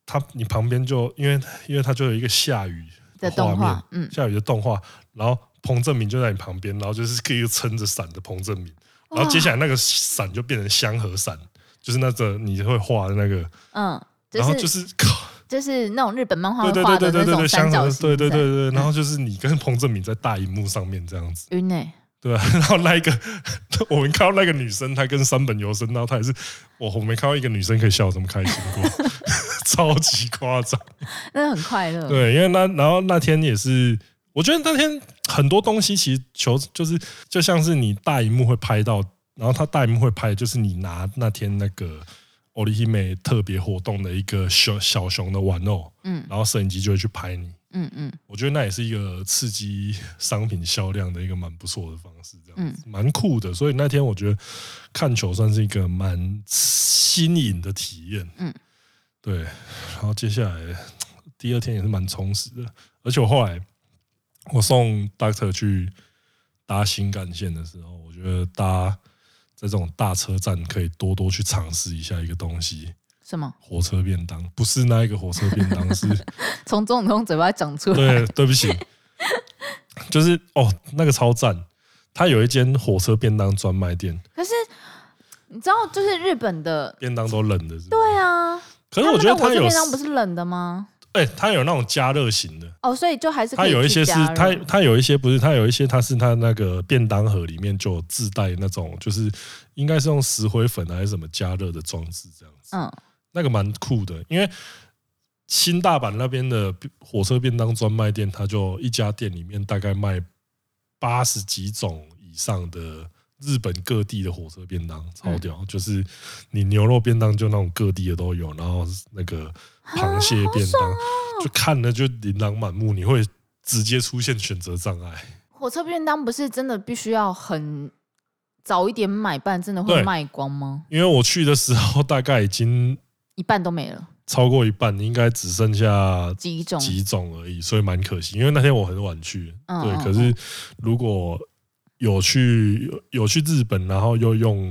他你旁边就因为因为他就有一个下雨的画动面画，，嗯，下雨的动画，然后彭正明就在你旁边，然后就是一个撑着伞的彭正明，然后接下来那个伞就变成香河伞，就是那个你会画的那个。嗯，就然后是、就是 靠，就是那种日本漫画对对会画的对对那对对种对，三香角河，形，嗯对对对，对，然后就是你跟彭正明在大荧幕上面这样子， 晕哎、对吧、然后那一个， 我们看到那个女生，她跟三本由生，然后她也是，我我没看到一个女生可以笑得这么开心过， 超级夸张。那很快乐，对，因为那然后那天也是，我觉得那天很多东西其实球就是就像是你大荧幕会拍到，然后他大荧幕会拍，就是你拿那天那个奥利希美特别活动的一个小小熊的玩偶，嗯然后摄影机就会去拍你。嗯嗯，我觉得那也是一个刺激 商品销量的一个蛮不错的方式，这样子蛮酷的。所以那天我觉得看球算是一个蛮新颖的体验。嗯，对。然后接下来第二天也是蛮充实的，而且我后来我送 Doctor 去搭新干线的时候，我觉得搭在这种大车站可以多多去尝试一下一个东西。什么？火车便当不是那一个火车便当，是从总统嘴巴讲出来，对，对不 起，就是哦，那个超赞，它有一间火车便当专卖店，可是你知道，就是日本的，便当都冷的是不是对啊，可是我觉得他它们的火车有，便当不是冷的吗？哎、它有那种加热型的，哦，所以就还是可它以有一去些是加热它它有一些不是，它有一些它是它那个便当盒里面就有自带那种，就是应该是用石灰粉还是什么加热的装置这样子。嗯那个蛮酷的，因为新大阪那边的火车便当专卖店，它就一家店里面大概卖八十几种以上的日本各地的火车便当，超屌！就是你牛肉便当就那种各地的都有，然后那个螃蟹便当，就看了就琳琅满目，你会直接出现选择障碍。火车便当不是真的必须要很早一点买，不然真的会对卖光吗？因为我去的时候大概已经一半都没了，超过一半，应该只剩下几种？几种而已，所以蛮可惜。因为那天我很晚去，嗯对嗯，可是如果有去有有去日本，然后又用，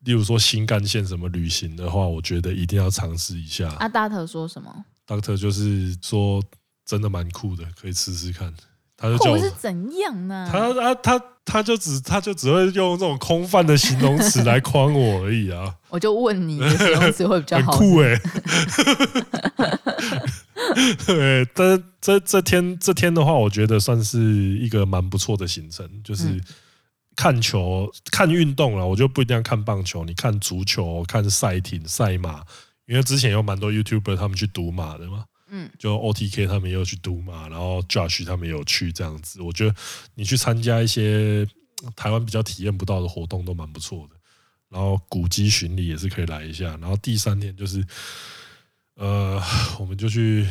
例如说新干线什么旅行的话，我觉得一定要尝试一下。阿啊大特说什么？ Doctor 就是说真的蛮酷的，可以试试看。他就或叫我哦是怎样呢、他他啊他他就只他就只会用这种空泛的形容词来框我而已啊，我就问你，的形容词会比较 很好。酷哎、欸。 对，但这这天这天的话，我觉得算是一个蛮不错的行程，就是嗯看球、看运动了。我就不一定要看棒球，你看足球、看赛艇、赛马，因为之前有蛮多 YouTuber 他们去赌马的嘛。嗯，就 OTK 他们也有去读嘛，然后 Josh 他们也有去这样子。我觉得你去参加一些嗯台湾比较体验不到的活动都蛮不错的。然后古迹巡礼也是可以来一下。然后第三天就是，呃， 我们就去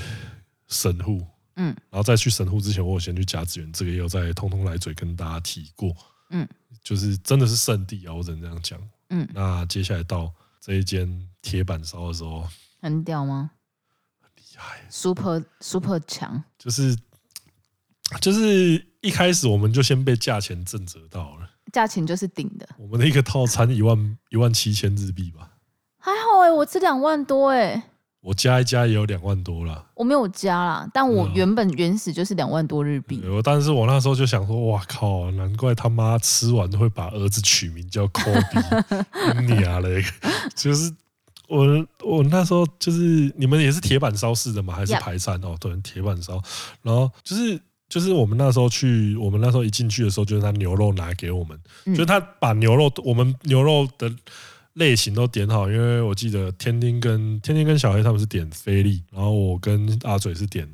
神户，嗯然后在去神户之前，我有先去甲子园，这个也有在通通来嘴跟大家提过，嗯，就是真的是圣地啊，我只能这样讲。嗯那接下来到这一间铁板烧的时候，很屌吗厉害。 ？Super Super 强，就是就是一开始我们就先被价钱震慑到了。价钱就是顶的，我们的一个套餐一万一万七千日币吧，还好哎、我吃两万多哎、我加一加也有两万多啦。我没有加啦，但我嗯原本原始就是两万多日币对。我但是我那时候就想说，哇靠，难怪他妈吃完会把儿子取名叫 Kobe，你 啊嘞，就是。我我那时候就是你们也是铁板烧式的吗？还是 Yup 排餐哦？对，铁板烧。然后就是就是我们那时候去，我们那时候一进去的时候，就是他牛肉拿给我们，嗯就是他把牛肉，我们牛肉的类型都点好，因为我记得天丁跟天丁跟小黑他们是点菲力，然后我跟阿嘴是点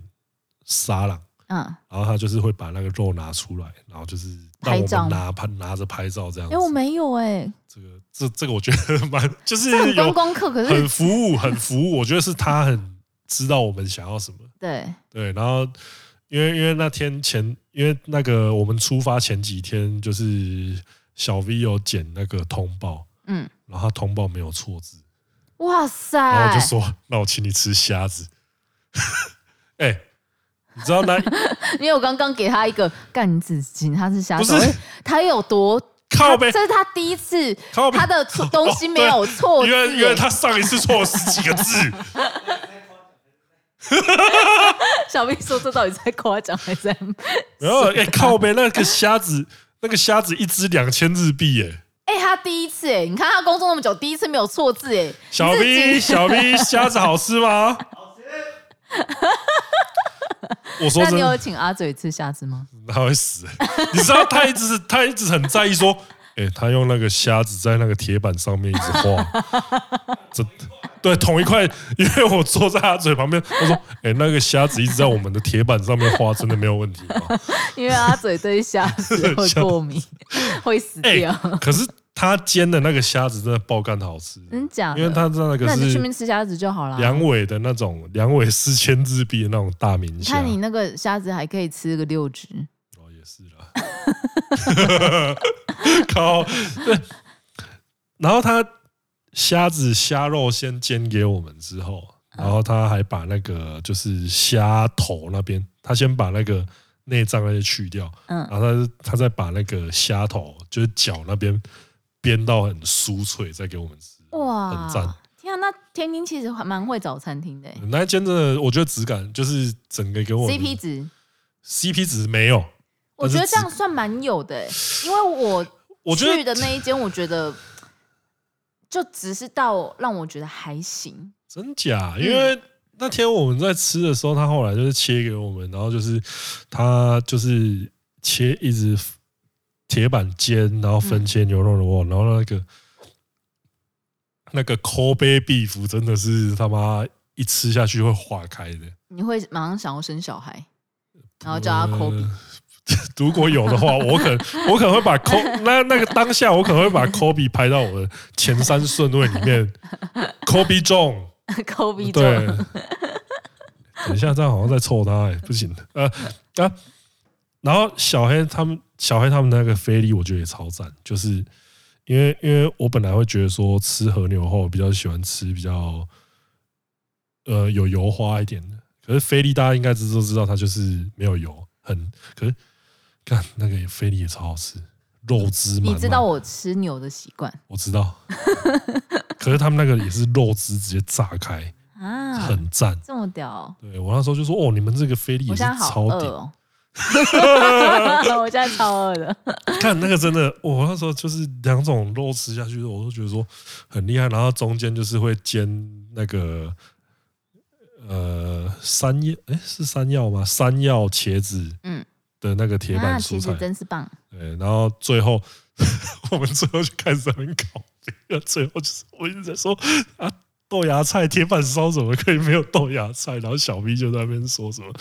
沙朗，嗯，然后他就是会把那个肉拿出来，然后就是让拍我照们拿拍拿着拍照这样哎、子。我没有哎、这个这这个我觉得蛮就是这很观有光客，可很是服务很服务，我觉得是他很知道我们想要什么。对，对，然后因为因为那天前，因为那个我们出发前几天，就是小 V 有剪那个通报，嗯，然后他通报没有错字，哇然后我塞就，说：“那我请你吃虾子。” 哎、你知道那因为我刚刚给他一个干子金，他是瞎不手是，他有多靠他背这是他第一次，靠背哦他 的错东西没有错字因为因为耶，他上一次错了十几个字， 小 B 说这到底在夸奖还是在？ 然后哎、靠背那个虾子，那个虾子一只两千日币耶、哎、他第一次哎，你看他工作那么久，第一次没有错字哎，小你自 V 己小 V 虾子好吃吗？好吃。我说那真你的有，请阿嘴吃虾子吗？他会死、欸。你知道他一直他一直很在意说，哎、他用那个虾子在那个铁板上面一直 画，真的。对，同一块，因为我坐在他嘴旁边，我说：“哎、那个虾子一直在我们的铁板上面画，真的没有问题吗因为阿嘴对虾子会过 敏，会死？”哎、掉，可是他煎的那个虾子真的爆干好吃，真假嗯的？因为他的那个那你就去是面吃虾子就好了。梁伟的那种梁伟四千日币的那种大明你虾看，你那个虾子还可以吃个六只，哦，也是啦。 靠，对。然后他虾子虾肉先煎给我们之后，嗯然后他还把那个就是虾头那边，他先把那个内脏那些去掉，嗯然后他他再把那个虾头就是脚那边煸到很酥脆，再给我们吃。哇很赞！嗯天啊，那天津其实还蛮会找餐厅的欸那一间真的，我觉得质感就是整个给我们，CP 值， CP 值没有，我觉得但是这样算蛮有的欸，因为我我觉去得的那一间，我觉得就只是到让我觉得还行，真假？因为那天我们在吃的时候，他后来就是切给我们，然后就是他就是切一只铁板煎，然后分切牛肉的哇，然后那个那个 Kobe beef 真的是他妈一吃下去会化开的。你会马上想要生小孩，然后叫他 Kobe， 呃 如果有的话，我可 能我可能会把 k 那那个当下，我可能会把 Kobe 排到我的前三顺位里面。Kobe 中。 Kobe 对就， 等一下，这样好像在臭他哎、不行的。呃啊，然后小黑他们小黑他们那个菲力，我觉得也超赞，就是因为因为我本来会觉得说吃和牛后比较喜欢吃比较呃有油花一点的，可是菲力大家应该知都知道，它就是没有油，很可是看那个菲力也超好吃，肉汁满你满知道我吃牛的习惯我知道，可是他们那个也是肉汁直接炸开，啊，很赞。这么屌哦、对我那时候就说哦，你们这个菲力也我是现在好超饿顶，哦、 我现在超饿的，看那个真的，我那时候就是两种肉吃下去，我都觉得说很厉害。然后中间就是会煎那个呃山药，哎、是山药吗？山药茄子，嗯的那个铁啊，板其蔬实菜，真是棒，对。然后最后 我们最后就开始在那边搞别人，最后就是我一直在说啊。豆芽菜铁板烧怎么可以没有豆芽菜？然后小 V 就在那边说什么：“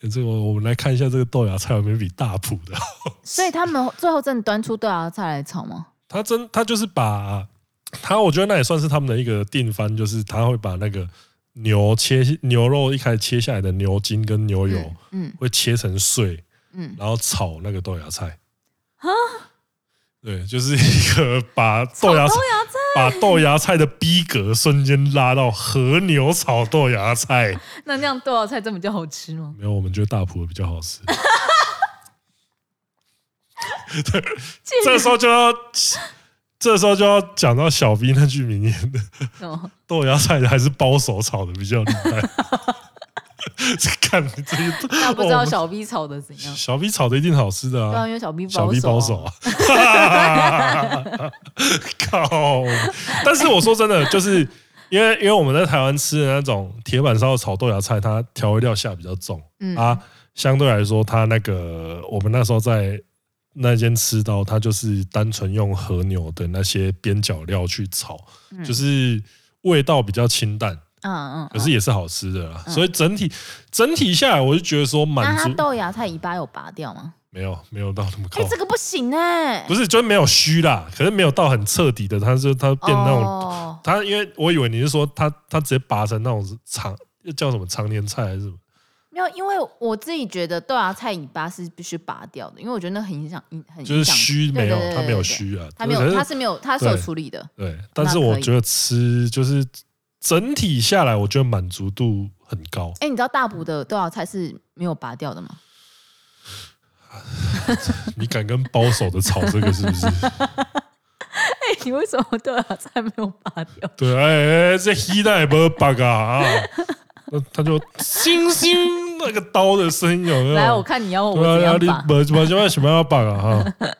诶这个我们来看一下这个豆芽菜有没有比大埔的所以他们最后真的端出豆芽菜来炒吗？他真他就是把他，我觉得那也算是他们的一个定番，就是他会把那个牛切牛肉一开始切下来的牛筋跟牛油、嗯会切成碎，嗯，啊然后炒那个豆芽菜。对，就是一个把豆芽炒豆菜芽菜把豆芽菜的逼格瞬间拉到和牛炒豆芽菜。 那那样豆芽菜这么就好吃吗？没有，我们觉得大埔的比较 好吃。这时候就要，这时候就要讲到小 B 那句名言了 哦豆芽菜还是包手炒的比较厉 害。看你这些，那不知哦道我们小 B 啊炒的怎样？小 B 炒的一定好吃的对啊，啊因，为小 B 小保 B 守包啊手啊， 靠！但是我说真的，就是因为因为我们在台湾吃的那种铁板烧炒豆芽菜，它调味料下比较重嗯啊，相对来说，它那个我们那时候在。那间吃到，它就是单纯用和牛的那些边角料去炒，嗯就是味道比较清淡，嗯嗯，嗯可是也是好吃的啦。所以整体整体下来，我就觉得说那满他足豆芽菜尾巴有拔掉吗？没有没有到那么高哎，，这个不行哎，不是就是没有虚啦，可是没有到很彻底的，它就它变那种哦它，因为我以为你是说它它直接拔成那种长叫什么常年菜还是什么，没有，因为我自己觉得豆芽菜尾巴是必须拔掉的，因为我觉得那很影响，影很就是影响虚没有对对对它没有对虚啊，它没有，可是它是没有，它是有对处理的。对，但是那可我以觉得吃就是整体下来，我觉得满足度很高。哎，你知道大埔的豆芽菜是没有拔掉的吗？你敢跟包手的炒这个是 不是？哎， 你为什么豆芽菜没有拔掉？对，哎、哎，这黑带不 bug 啊，啊那他就 星星那个刀的声音有没有？来，我看你要我怎对啊，样你 拔。不不就什么要 bug 啊？哈，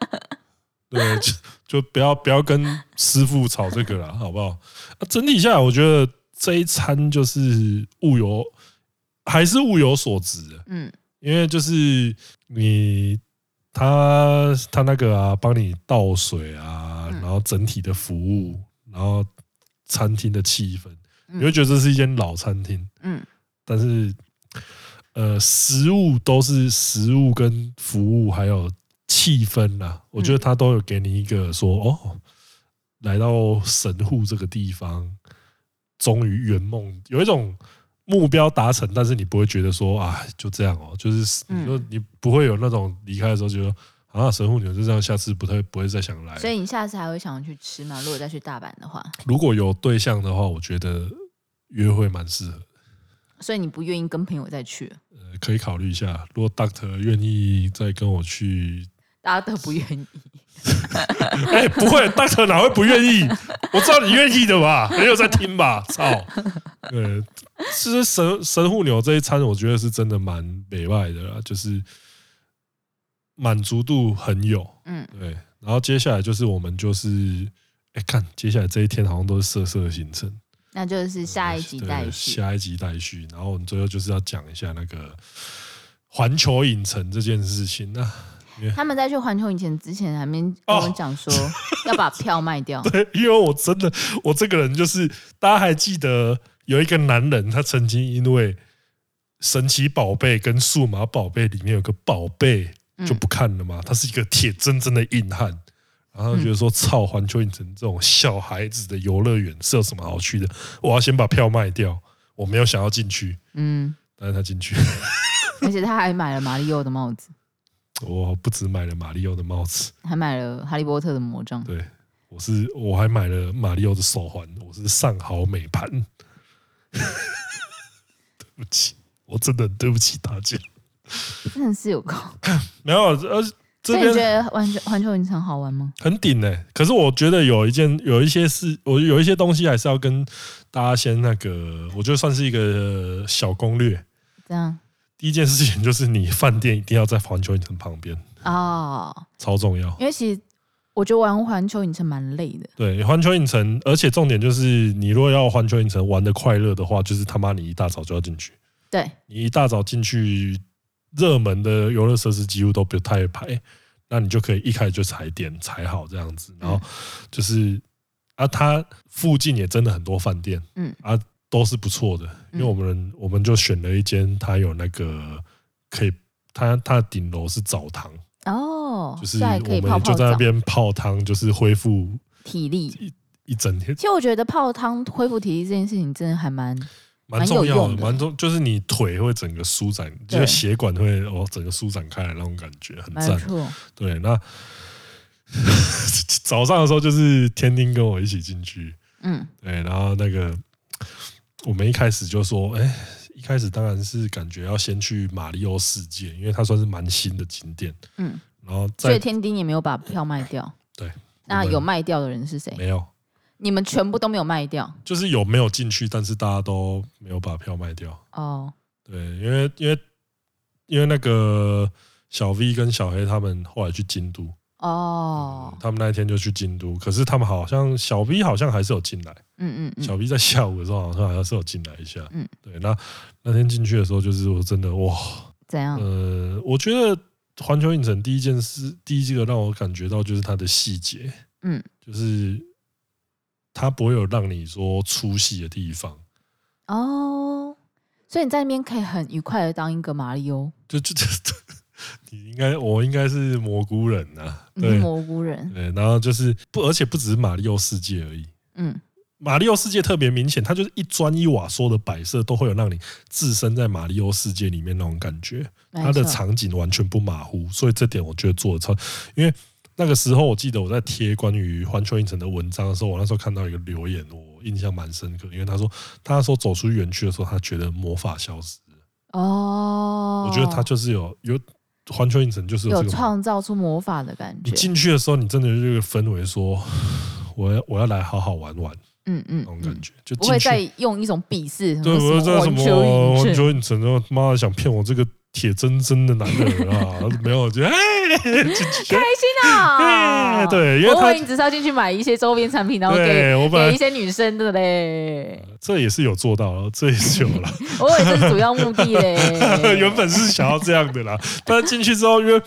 对，就就不要不要跟师傅吵这个了，好不好？啊整体下来，我觉得这一餐就是物有还是物有所值的，嗯，因为就是你他他那个啊，帮你倒水啊，嗯然后整体的服务，然后餐厅的气氛，嗯你会觉得这是一间老餐厅，嗯，但是呃，食物都是食物跟服务还有气氛啊，我觉得他都有给你一个说嗯哦，来到神户这个地方，终于圆梦，有一种。目标达成，但是你不会觉得说啊，就这样哦，就是你说嗯你不会有那种离开的时候觉得啊，神户牛就这样，下次不太不会再想来了。所以你下次还会想要去吃吗？如果再去大阪的话，如果有对象的话，我觉得约会蛮适合的，所以你不愿意跟朋友再去，呃，可以考虑一下。如果 Doctor 愿意再跟我去， 大家都不愿意。哎、不会，Doctor 哪会不愿意？我知道你愿意的吧？没有在听吧？操！呃，其实神神户牛这一餐，我觉得是真的蛮美外的啦，就是满足度很有。嗯，对，然后接下来就是我们就是，哎、看接下来这一天好像都是色色的行程。那就是下一集对待续。下一集待续。然后我们最后就是要讲一下那个环球影城这件事情。那他们在去环球影城之前，还没跟我讲 说要把票卖掉。对，因为我真的，我这个人就是，大家还记得有一个男人，他曾经因为《神奇宝贝》跟《数码宝贝》里面有个宝贝就不看了嘛，他是一个铁铮铮的硬汉。然后他觉得说，操，环球影城这种小孩子的游乐园是有什么好去的？我要先把票卖掉，我没有想要进去， 嗯，但是他进去了。 而且他还买了马里奥的帽子。我不止买了马里奥的帽子，还买了《哈利波特》的魔杖，对我是我还买了马里奥的手环，我是上好美盘。 对不起，我真的很对不起大家。真的是有够。没有，而这所以你边觉得环球环球影城好玩吗？很顶哎、可是我觉得有一件有一些事，我有一些东西还是要跟大家先那个，我觉得算是一个小攻略。这样第一件事情就是你饭店一定要在环球影城旁边，哦，超重要。因为其实我觉得玩环球影城蛮累的，对，环球影城，而且重点就是你如果要环球影城玩的快乐的话，就是他妈你一大早就要进去，对，你一大早进去，热门的游乐设施几乎都不太排，那你就可以一开始就踩点踩好这样子，然后嗯就是啊，它附近也真的很多饭店，嗯啊，都是不错的，因为我们我们就选了一间，它有那个可以，它它的顶楼是澡堂，哦，就是所以还可以我泡们泡就在澡那、边泡汤，就是恢复体力。一整天。其实我觉得泡汤恢复体力这件事情真的还蛮蛮重要蛮有用的蛮重就是你腿会整个舒展，就对是血管会哦整个舒展开来那种感觉，很蛮不赞。错，对，那 早上的时候就是天丁跟我一起进去，嗯，对，然后那个我们一开始就说，哎、一开始当然是感觉要先去马里奥世界，因为它算是蛮新的景点，嗯，然后所以再天丁也没有把票卖 掉。对，那我们有卖掉的人是谁？没有，你们全部都没有卖掉就是有没有进去，但是大家都没有把票卖掉。哦，对，因为因为因为那个小 V 跟小黑他们后来去京都，哦，他们那一天就去京都，可是他们好像小 V 好像还是有进来，嗯嗯嗯，小 V 在下午的时候好像还是有进来一下。嗯，对，那那天进去的时候，就是我真的哇，怎样？呃，我觉得环球影城第一件事，第一个让我感觉到就是它的细节，嗯，就是它不会有让你说出戏的地方。哦，所以你在那边可以很愉快的当一个马里欧，就就就，你应该我应该是蘑菇人啊，你是对蘑菇人，对，然后就是不，而且不只是马里奥世界而已，嗯，马里奥世界特别明显，它就是一砖一瓦所有的摆设都会有让你置身在马里奥世界里面那种感觉，没它的错场景完全不马虎，所以这点我觉得做的超，因为。那个时候，我记得我在贴关于环球影城的文章的时候，我那时候看到一个留言，我印象蛮深刻，因为他说，他那时候走出园区的时候，他觉得魔法消失，哦，我觉得他就是有有环球影城就是有有这个创造出魔法的感你觉，进去的时候，你真的有这个氛围，说我要我要来好好玩玩嗯嗯那种感嗯，觉，就不会进再去。用一种鄙视，什对，不么是什在么什环么球影环城，球影城，然后妈的想骗我这个铁铮铮的男人啊！ 没有，就哎，进去开心啊！哎 对因为我以他为你只是要进去买一些周边产品，然后给对我本给一来些女生的嘞，这也是有做到了，这也是有了。我以为这是主要目的 原嘞。本是想要这样的啦，但进去之后，因为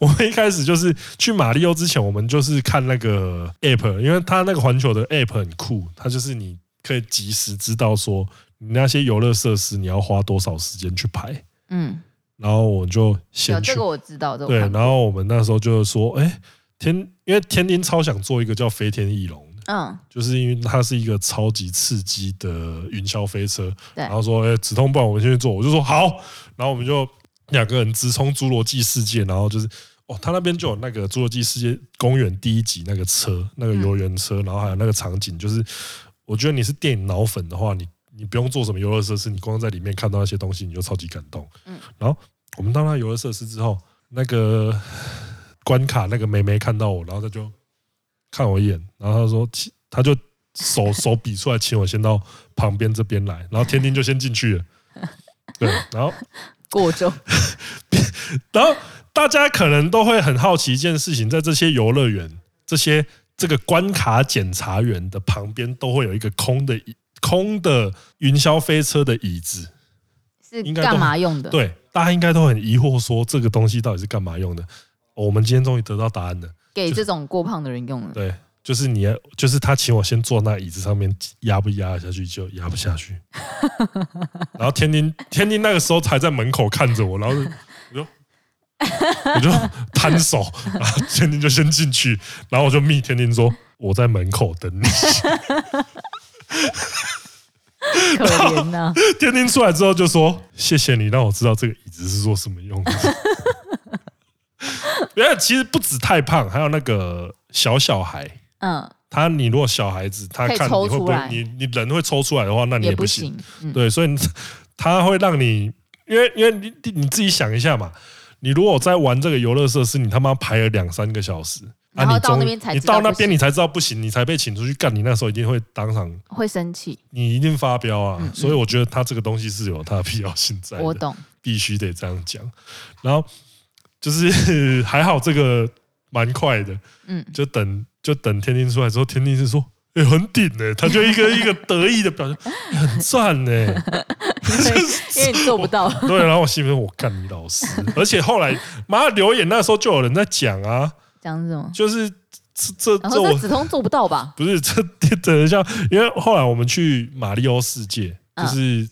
我们一开始就是去马里奥之前，我们就是看那个 app，因为它那个环球的 app 很酷，它就是你可以及时知道说你那些游乐设施你要花多少时间去排，嗯，然后我就有先去这个我知道，这个我对，看然过后我们那时候就说，哎，天，因为天津超想做一个叫飞天翼龙的。嗯，就是因为它是一个超级刺激的云霄飞车，对然后说，哎、止痛不然我们先去做，我就说好，然后我们就两个人直冲侏罗纪世界，然后就是。哦，他那边就有那个侏罗纪世界公园第一集那个车，那个游园嗯车，然后还有那个场景，就是我觉得你是电影脑粉的话，你你不用做什么游乐设施，你光在里面看到那些东西，你就超级感动。嗯然后我们到那游乐设施之后，那个关卡那个妹妹看到我，然后她就看我一眼，然后她说，亲她就手 手比出来，请我先到旁边这边来，然后天天就先进去了。对，然后过州，然后大家可能都会很好奇一件事情，在这些游乐园、这些这个关卡检查员的旁边，都会有一个空的椅空的云霄飞车的椅子。是应该都干嘛用 的？对，大家应该都很疑惑，说这个东西到底是干嘛用的？哦我们今天终于得到答案了。给这种过胖的人用的。对，就是你，就是他请我先坐那椅子上面，压不压得下去就压不下去。然后天津，天津那个时候还在门口看着我，然后就我就我就摊手，然后天津就先进去，然后我就密天津说我在门口等你。可怜 呐、天津出 来之后就说谢谢你让我知道这个椅子是做什么用的。原来其实不止太胖，还有那个小小孩，嗯，他你如果小孩子，他可以看你抽会不出会来你你人会抽出来的话，那你也不不行。行，嗯，对，所以 你它会让你，因为因为你你你自己想一下嘛，你如果在玩这个游乐设施，你他妈排了两三个小时，啊，然后你到终那于边才你知道到那不边行你才知道不行，你才被请出去干，你那时候一定会当场，会生气，你一定发飙啊！所以我觉得它这个东西是有它的必要性在嗯我的，懂。必须得这样讲。然后就是 还好这个蛮快的，嗯，就等就等天津出来之后，天津是说。哎、很顶哎、他就一 个一个得意的表情，欸很赞呢、因为你做不到， 对，然后我心里面我干你 老师，而且后来妈留言那时候就有人在讲啊，讲什么？就是这这然这后这我止痛做不到吧？不是这这等一下，因为后来我们去马里奥世界，就嗯是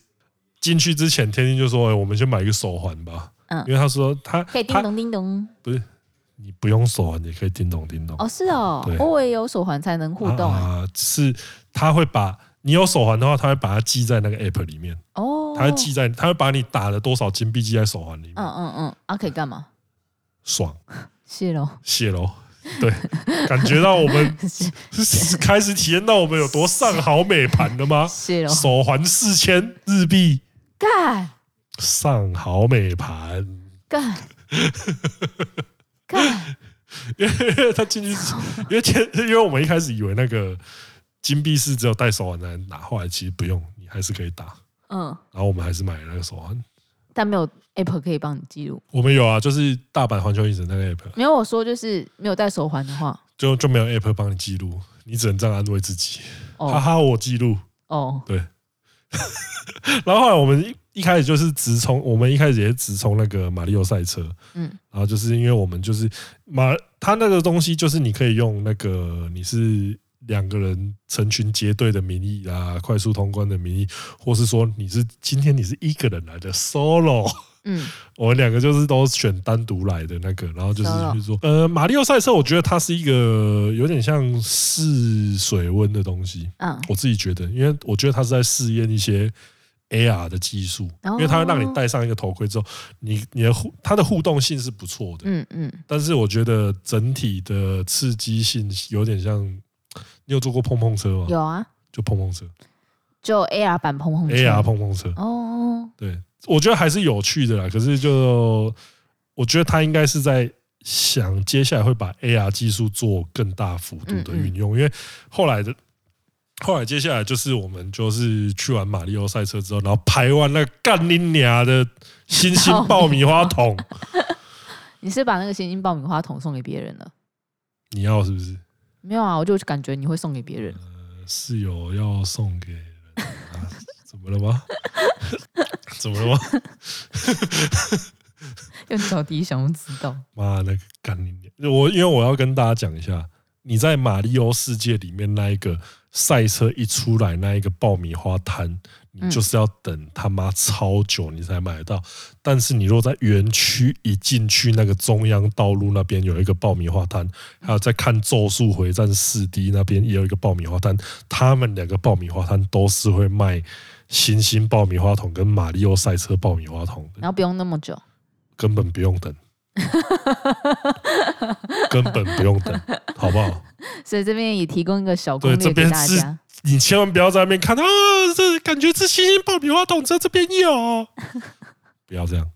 进去之前，天天就说、哎，我们先买一个手环吧，嗯因为他说他可以叮他咚叮咚你不用手环也可以叮咚叮咚啊哦，是哦对，我也有手环才能互动哎啊，是他会把你有手环的话，他会把它记在那个 app 里面，哦，他会记在他会把你打了多少金币记在手环里面，嗯嗯嗯，啊，可以干嘛？爽是咯，谢喽。对，感觉到我 们是是开始体验到我们有多上好美盘了吗？是咯，手环四千日币，干上好美盘。 干干，因为他进去，因为前，因为我们一开始以为那个金币是只有戴手环才能打，后来其实不用，你还是可以打。嗯，然后我们还是买了那个手环，但没有 app 可以帮你记录。我们有啊，就是大阪环球影城那个 app，没有我说就是没有戴手环的话，就就没有 app 帮你记录，你只能这样安慰自己，哈哦哈，我记录。哦，对。 然后后来我们一一开始就是直冲，我们一开始也是直冲那个马里奥赛车，嗯然后就是因为我们就是马，它那个东西就是你可以用那个你是两个人成群结队的名义啊，快速通关的名义，或是说你是今天你是一个人来的 solo，嗯， 我们两个就是都选单独来的那个，然后就是 solo 去做呃马里奥赛车，我觉得它是一个有点像试水温的东西，嗯，我自己觉得，因为我觉得他是在试验一些 AR 的技术，哦因为它会让你戴上一个头盔之后，你你的互它的互动性是不错的，嗯嗯，但是我觉得整体的刺激性有点像，你有坐过碰碰车吗？有啊，就碰碰车就 AR 版碰碰车 AR 碰碰车，哦，对我觉得还是有趣的啦。可是就我觉得他应该是在。想接下来会把 AR 技术做更大幅度嗯的运用，因为后来的后来接下来就是我们就是去完马里奥赛车之后，然后排完那个干你娘的 星星哦爆米花桶，你是把那个星星爆米花桶送给别人了？你要是不是？没有啊，我就感觉你会送给别人。嗯室友要送给人啊？怎么了吗？ 怎么了吗？用脚底想要知道，妈那个干你娘！我因为我要跟大家讲一下，你在马里奥世界里面那一个赛车一出来那一个爆米花摊，你嗯就是要等他妈超久你才买得到。但是你若在园区一进去那个中央道路那边有一个爆米花摊，还有在看《咒术回战》四 D 那边也有一个爆米花摊，他们两个爆米花摊都是会卖星星爆米花桶跟马里奥赛车爆米花桶的然。后不用那么久，根本不用等， 根本不用等，好不好？所以这边也提供一个小攻对，这略给边大是家。你千万不要在那边看啊，这感觉是星星爆米花桶在这边有， 不要这样。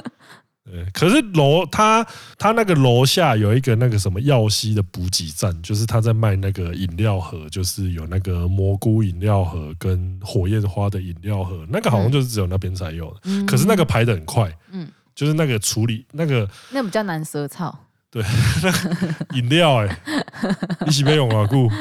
对，可是楼他他那个楼下有一个那个什么耀西的补给站，就是他在卖那个饮料盒，就是有那个蘑菇饮料盒跟火焰花的饮料盒，那个好像就是只有那边才有的。嗯可是那个排的很快，嗯就是那个处理那个那比较难舌操，饮料哎、你是要用偌久？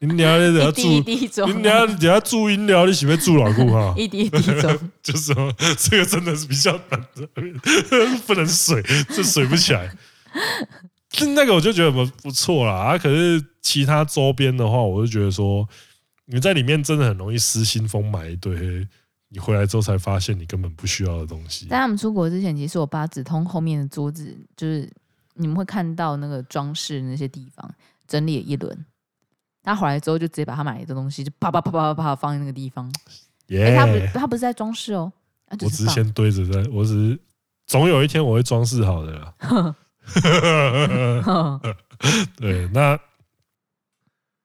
你娘你等下一滴一注，滴中？你，娘等下注饮料，你是要注偌久哈 一滴一滴中，就是说，这个真的是比较难的， 不能水，这水不起来。这那个我就觉得不不错啦啊，可是其他周边的话，我就觉得说你在里面真的很容易失心疯买一堆，你回来之后才发现你根本不需要的东西。在他们出国之前，其实我把纸通后面的桌子，就是你们会看到那个装饰那些地方整理了一轮。他回来之后就直接把他买的东西就啪啪啪啪啪啪放在那个地方。哎、耶、他不他不是在装饰哦，他我就只是是放。 先堆着在，我只是总有一天我会装饰好的啦。对，那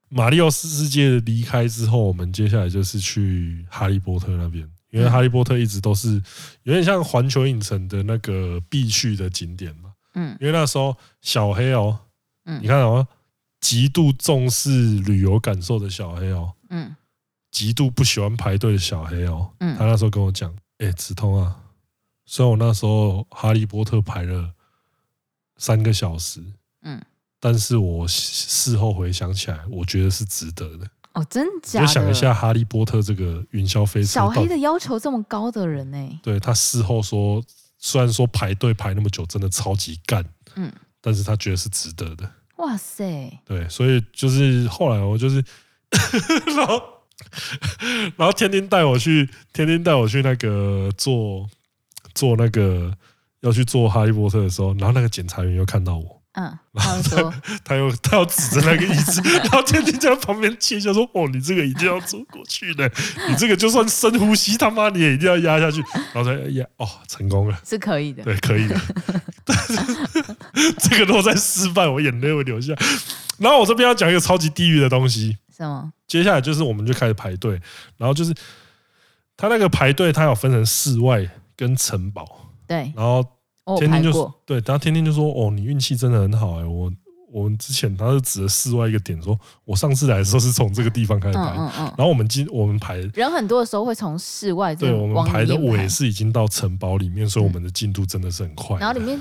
马里奥世界离开之后，我们接下来就是去哈利波特那边，因嗯为哈利波特一直都是有点像环球影城的那个必去的景点嘛。嗯因为那时候小黑哦、嗯你看哦、极度重视旅游感受的小黑哦、嗯极度不喜欢排队的小黑哦、他嗯，那时候跟我讲，哎、子通啊，虽然我那时候哈利波特排了三个小时，嗯，但是我事后回想起来，我觉得是值得的。哦，真假的？你就想一下，哈利波特这个云霄飞车，小黑到的要求这么高的人呢、欸对他事后说，虽然说排队排那么久，真的超级干，嗯，但是他觉得是值得的。哇 塞，对，所以就是后来我就是，然后然后天天带我去，天天带我去那个做做那个要去做哈利波特的时候，然后那个检查员又看到我，嗯，他就说，他又他又指着那个椅子，然后天天在旁边窃笑说：“哦，你这个一定要坐过去的，你这个就算深呼吸，他妈你也一定要压下去。”然后他压哦，成功了。是可以的。对，可以 的。这个如果再失败，我眼泪会流下。然后我这边要讲一个超级地狱的东西，什么？接下来就是我们就开始排队，然后就是他那个排队，他有分成室外跟城堡，对，然后我有天排天就过。对，然后天天就说：“哦，你运气真的很好哎、我我们之前他是指着室外一个点说，我上次来的时候是从这个地方开始嗯排，嗯嗯，然后我们今我们排人很多的时候会从室外这对我样们往排里的面尾是已经到城堡里面，所以我们的进度真的是很快。然后里面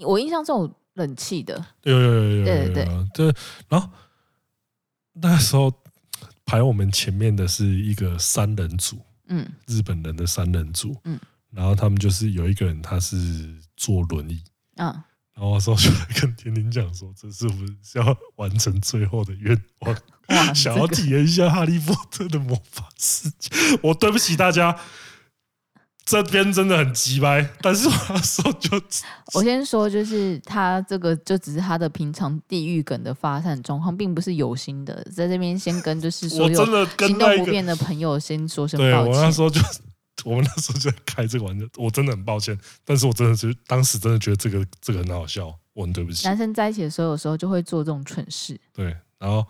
我印象中有冷气的，有有有有有有对对有，对，然后那时候排我们前面的是一个三人组，嗯日本人的三人组，嗯然后他们就是有一个人他是坐轮椅，嗯，然后我说就跟婷婷讲说，这是我们要完成最后的愿望，哇，想要这个体验一下哈利波特的魔法世界。我对不起大家。这边真的很急掰，但是我那时候就我先说，就是他这个就只是他的平常地域梗的发散状况，并不是有心的。在这边先跟就是所我有真的跟行那动一不个便的朋友先说声对抱我那时歉。候就，我们那时候就在开这个玩笑，我真的很抱歉，但是我真的觉得当时真的觉得这个这个很好笑，我很对不起。男生在一起的时候，有时候就会做这种蠢事。对，然后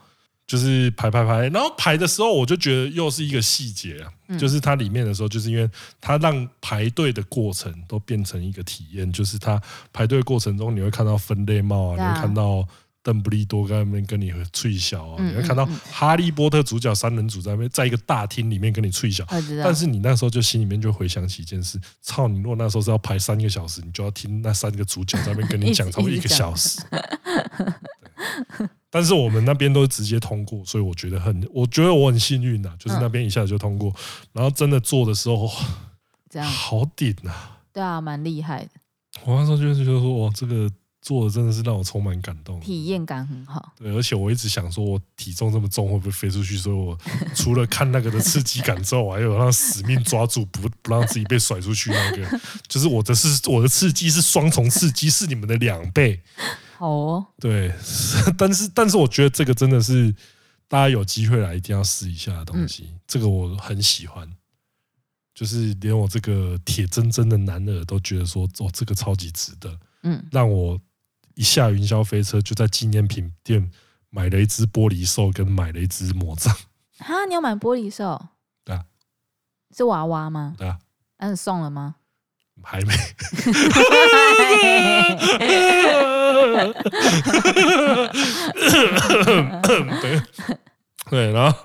就是排排排，然后排的时候我就觉得又是一个细节啊，嗯就是它里面的时候，就是因为它让排队的过程都变成一个体验，就是它排队的过程中你会看到分类帽啊，对啊你会看到。邓布利多在那边跟你吹小啊，嗯你会看到嗯嗯哈利波特主角三人组在那边，在一个大厅里面跟你吹小，我知道但，是你那时候就心里面就回想起一件事：操，你如果那时候是要排三个小时，你就要听那三个主角在那边跟 你一直讲超过一直一个讲小时。对但是我们那边都直接通过，所以我觉得很，我觉得我很幸运呐、就是那边一下子就通过。然后真的做的时候，哇这样好顶啊！对啊，蛮厉害的，我那时候就是觉得说，哇，这个做的真的是让我充满感动。体验感很好。对，而且我一直想说，我体重这么重会不会飞出去？所以我除了看那个的刺激感之后，我还有让使命抓住，不不让自己被甩出去。那个就是我的是我的刺激是双重刺激，是你们的两倍。好哦，对， 但是但是我觉得这个真的是大家有机会来一定要试一下的东西，这个我很喜欢。就是连我这个铁铮铮的男儿都觉得说，哦，这个超级值得。嗯，让我一下云霄飞车就在纪念品店买了一只玻璃兽，跟买了一只魔杖，哈，你要买玻璃兽？对啊，是娃娃吗？对啊，那你送了吗？还没。对对，然后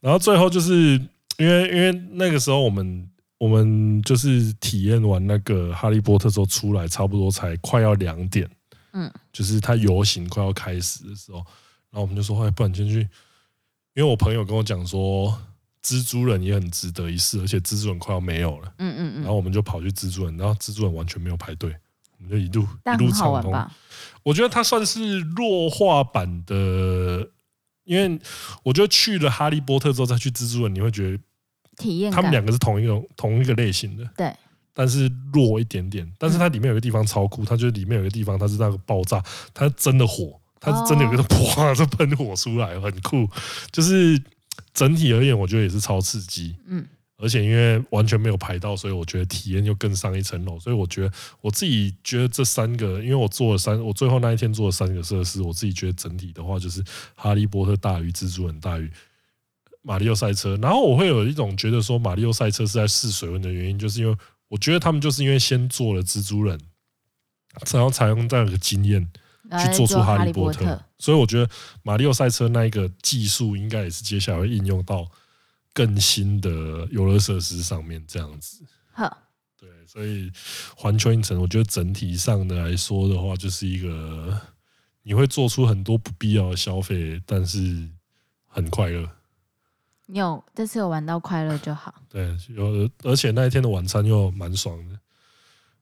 然后最后就是因为因为那个时候我们我们就是体验完那个哈利波特之后出来，差不多才快要两点，嗯，就是他游行快要开始的时候，然后我们就说，哎，不然先去，因为我朋友跟我讲说，蜘蛛人也很值得一试，而且蜘蛛人快要没有了。嗯嗯然嗯，后我们就跑去蜘蛛人，然后蜘蛛人完全没有排队，我们就一路一但路很好畅玩通。吧？我觉得它算是弱化版的，因为我觉得去了哈利波特之后再去蜘蛛人，你会觉得体验他感，们两个是同一种同一个类型的，对，但是弱一点点。但是它里面有个地方超嗯酷，它就是里面有个地方它是那个爆炸，它真的火，它是真的有个哦 哗，这喷火出来，很酷。就是整体而言，我觉得也是超刺激。嗯而且因为完全没有排到，所以我觉得体验又更上一层楼。所以我觉得我自己觉得这三个，因为我做了三，我最后那一天做了三个设施，我自己觉得整体的话就是《哈利波特》大于《蜘蛛人》大于。马里奥赛车，然后我会有一种觉得说马里奥赛车是在试水温的原因，就是因为我觉得他们就是因为先做了蜘蛛人，然后采用这样一个经验，然去后做出做哈利利波波特。所以我觉得马里奥赛车那一个技术，应该也是接下来会应用到更新的游乐设施上面，这样子。呵，对，所以环球影城，我觉得整体上的来说的话，就是一个你会做出很多不必要的消费，但是很快乐。你有这次有玩到快乐就好。对，有而且那一天的晚餐又蛮爽的。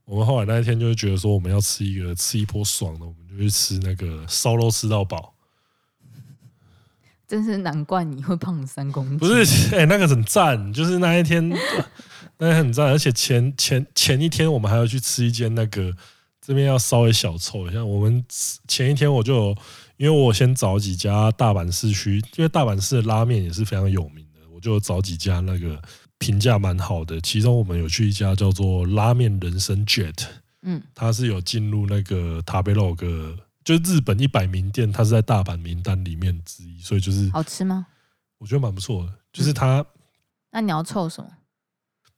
我们后来那一天就觉得说，我们要吃一个吃一波爽的，我们就去吃那个烧肉吃到饱。真是难怪你会胖三公斤。不 是，哎、那个很赞，就是那一天， 那天很赞，而且前前前一天我们还要去吃一间那个这边要稍微小凑一下。我们前一天我就有因为我先找几家大阪市区，因为大阪市的拉面也是非常有名的，我就有找几家那个评价蛮好的。其中我们有去一家叫做拉面人生 Jet，嗯，它是有进入那个 Tabelog，就是日本一百名店，它是在大阪名单里面之一，所以就是好吃吗？我觉得蛮不错的，就是它。那你要凑什么？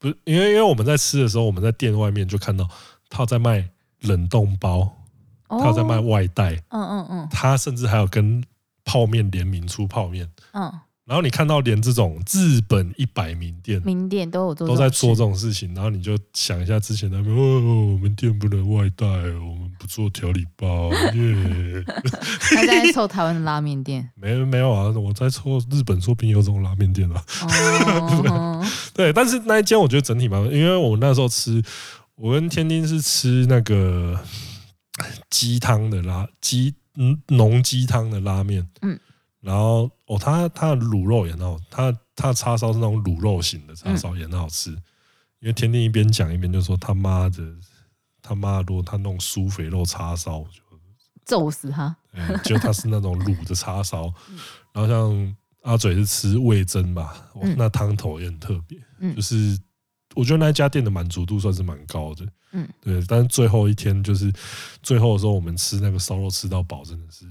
不是因为因为我们在吃的时候，我们在店外面就看到他有在卖冷冻包，哦他有在卖外带，嗯嗯嗯他甚至还有跟泡面联名出泡面。嗯，然后你看到连这种日本一百名店名店都有做，都在做这。种事情，然后你就想一下之前他们哦，我们店不能外带，哦我们不做调理包， 耶，他在凑台湾的拉面 店。没没有啊，我在说日本说不定有这种拉面店啊。哦， 对，但是那一间我觉得整体蛮好，因为我们那时候吃，我跟天丁是吃那个鸡汤的拉鸡嗯浓鸡汤的拉面，嗯，然后哦，它它的卤肉也很好，它它的叉烧是那种卤肉型的叉烧也很好吃，因为天丁一边讲一边就说他妈的他妈的，如果他弄酥肥肉叉烧，我就揍死他！嗯，就它是那种卤的叉烧，嗯然后像阿嘴是吃味噌吧，哇嗯那汤头也很特别，嗯就是我觉得那一家店的满足度算是蛮高的，嗯，对。但是最后一天就是最后的时候，我们吃那个烧肉吃到饱，真的是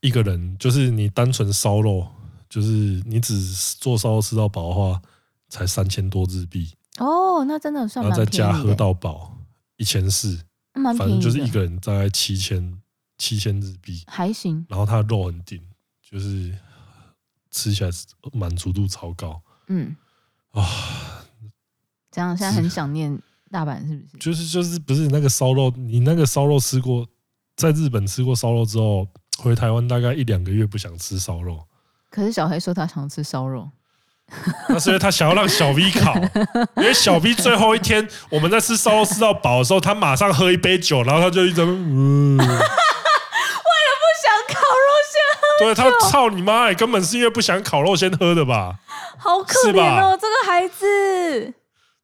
一个人，就是你单纯烧肉，就是你只做烧肉吃到饱的话，才三千多日币，哦，那真的算然后蛮再便加宜喝的，到饱一千四，蛮反便宜正的，就是一个人大概七千七千日币。还行。然后它的肉很顶，就是吃起来是呃满足度超高嗯，啊！这样现在很想念大阪，是不是？就是就是不是那个烧肉，你那个烧肉吃过，在日本吃过烧肉之后，回台湾大概一两个月不想吃烧肉，可是小黑说他想吃烧肉，那是因为他想要让小 V 烤，因为小 V 最后一天我们在吃烧肉吃到饱的时候，他马上喝一杯酒，然后他就一直 嗯。不想烤肉对他操你妈、欸！根本是因为不想烤肉先喝的吧？馅，好可是吧怜哦，这个孩子。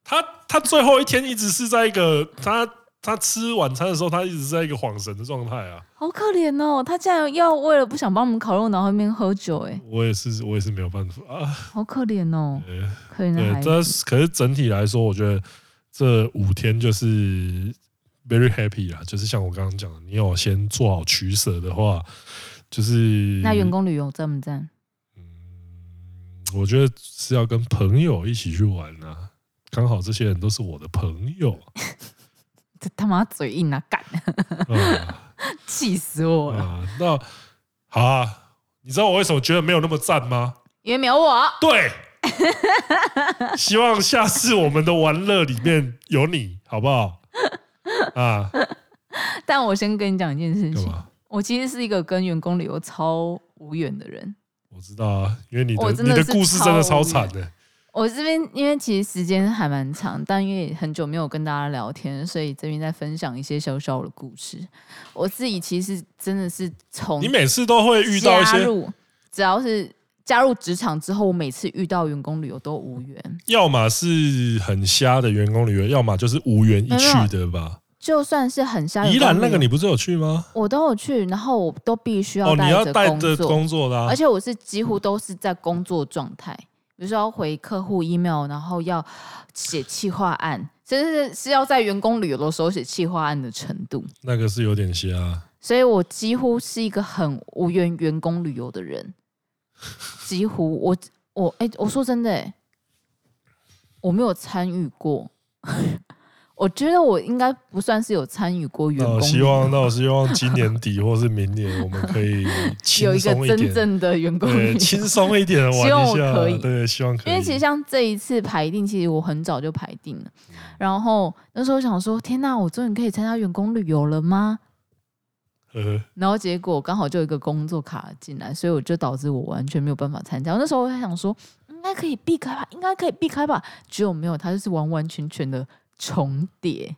他他最后一天一直是在一个他他吃晚餐的时候，他一直在一个恍神的状态啊。好可怜哦，他竟然要为了不想帮我们烤肉，然后在那边喝酒，哎，我也是，我也是没有办法啊。好可怜哦，呃可怜的对，孩子。但是可是整体来说，我觉得这五天就是 very happy 啦，就是像我刚刚讲的，你有先做好取舍的话，就是那员，工旅游赞不赞？我觉得是要跟朋友一起去玩啊。刚好这些人都是我的朋友这他妈嘴硬啊，干， 啊。气死我了！啊，那好啊，你知道我为什么觉得没有那么赞吗？因为没有我，对， 希望下次我们的玩乐里面有你，好不好？啊，但我先跟你讲一件事干情，嘛？我其实是一个跟员工旅游超无缘的人。我知道啊，因为你我的真你的的是故事真的超超无惨的，我这边因为其实时间还蛮长，但因为很久没有跟大家聊天，所以这边再分享一些小小的故事。我自己其实真的是从你每次都会遇到一加些，入，只要是加入职场之后，我每次遇到员工旅游都无缘。要么是很瞎的员工旅游，要么就是无缘一没有去的吧。就算是很像宜兰那个员工旅你游不是有去吗？我都有去，然后我都必须哦，你要带着工着作，工作的啊而，且我是几乎都是在工作状态，比如说要回客户 email，然后要写企划案，甚至是是要在员工旅游的时候写企划案的程度。那个是有点瞎、所以我几乎是一个很无缘员工旅游的人，几乎我我哎、我说真的、欸，我没有参与过。 我觉得我应该不算是有参与过员那工我旅游，哦希望，那我希望今年底或是明年，我们可以 有轻一个松真点，正的员工旅对，游。轻松一点地希望玩一我下可以，对，希望可以。因为其实像这一次排定，其实我很早就排定了，嗯然后那时候想说，天呐，我终于可以参加员工旅游了吗？呃，然后结果刚好就有一个工作卡进来，所以我就导致我完全没有办法参加。我那时候我还想说，应该可以避开吧，应该可以避开吧，结果没有，它就是完完全全的重叠，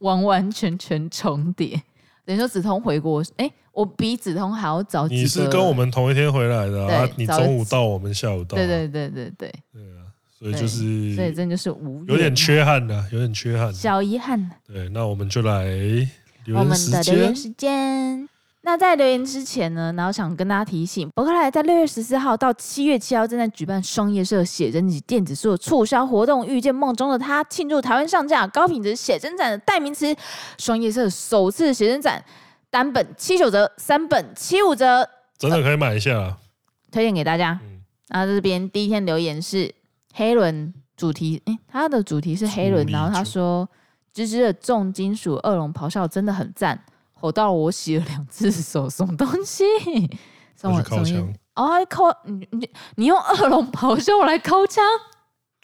完完全全重叠。等于说梓潼回国，哎、我比梓潼还要早几个。你是跟我们同一天回来的啊，对啊你早一中午到，我们下午到啊，对对对对对，对啊，所以就对是所以真的就是无嗯有点缘缺憾的，有点缺憾。小遗憾。对，那我们就来留我言们时的留间言。时间。那在留言之前呢，然后想跟大家提醒，博客来在六月十四号到七月七号正在举办双叶社写真集电子书的促销活动，遇见梦中的他，庆祝台湾上架高品质写真展的代名词双叶社首次写真展，单本七九折，三本七五折，真的可以买一下啊。推荐给大家。嗯然后这边第一天留言是黑轮主题，诶，他的主题是黑轮，处理然后他组说芝芝的重金属恶龙咆哮真的很赞，吼到我洗了两次手送东 西，送那我去靠送墙你。哦，还敲你你你用恶龙咆哮来敲枪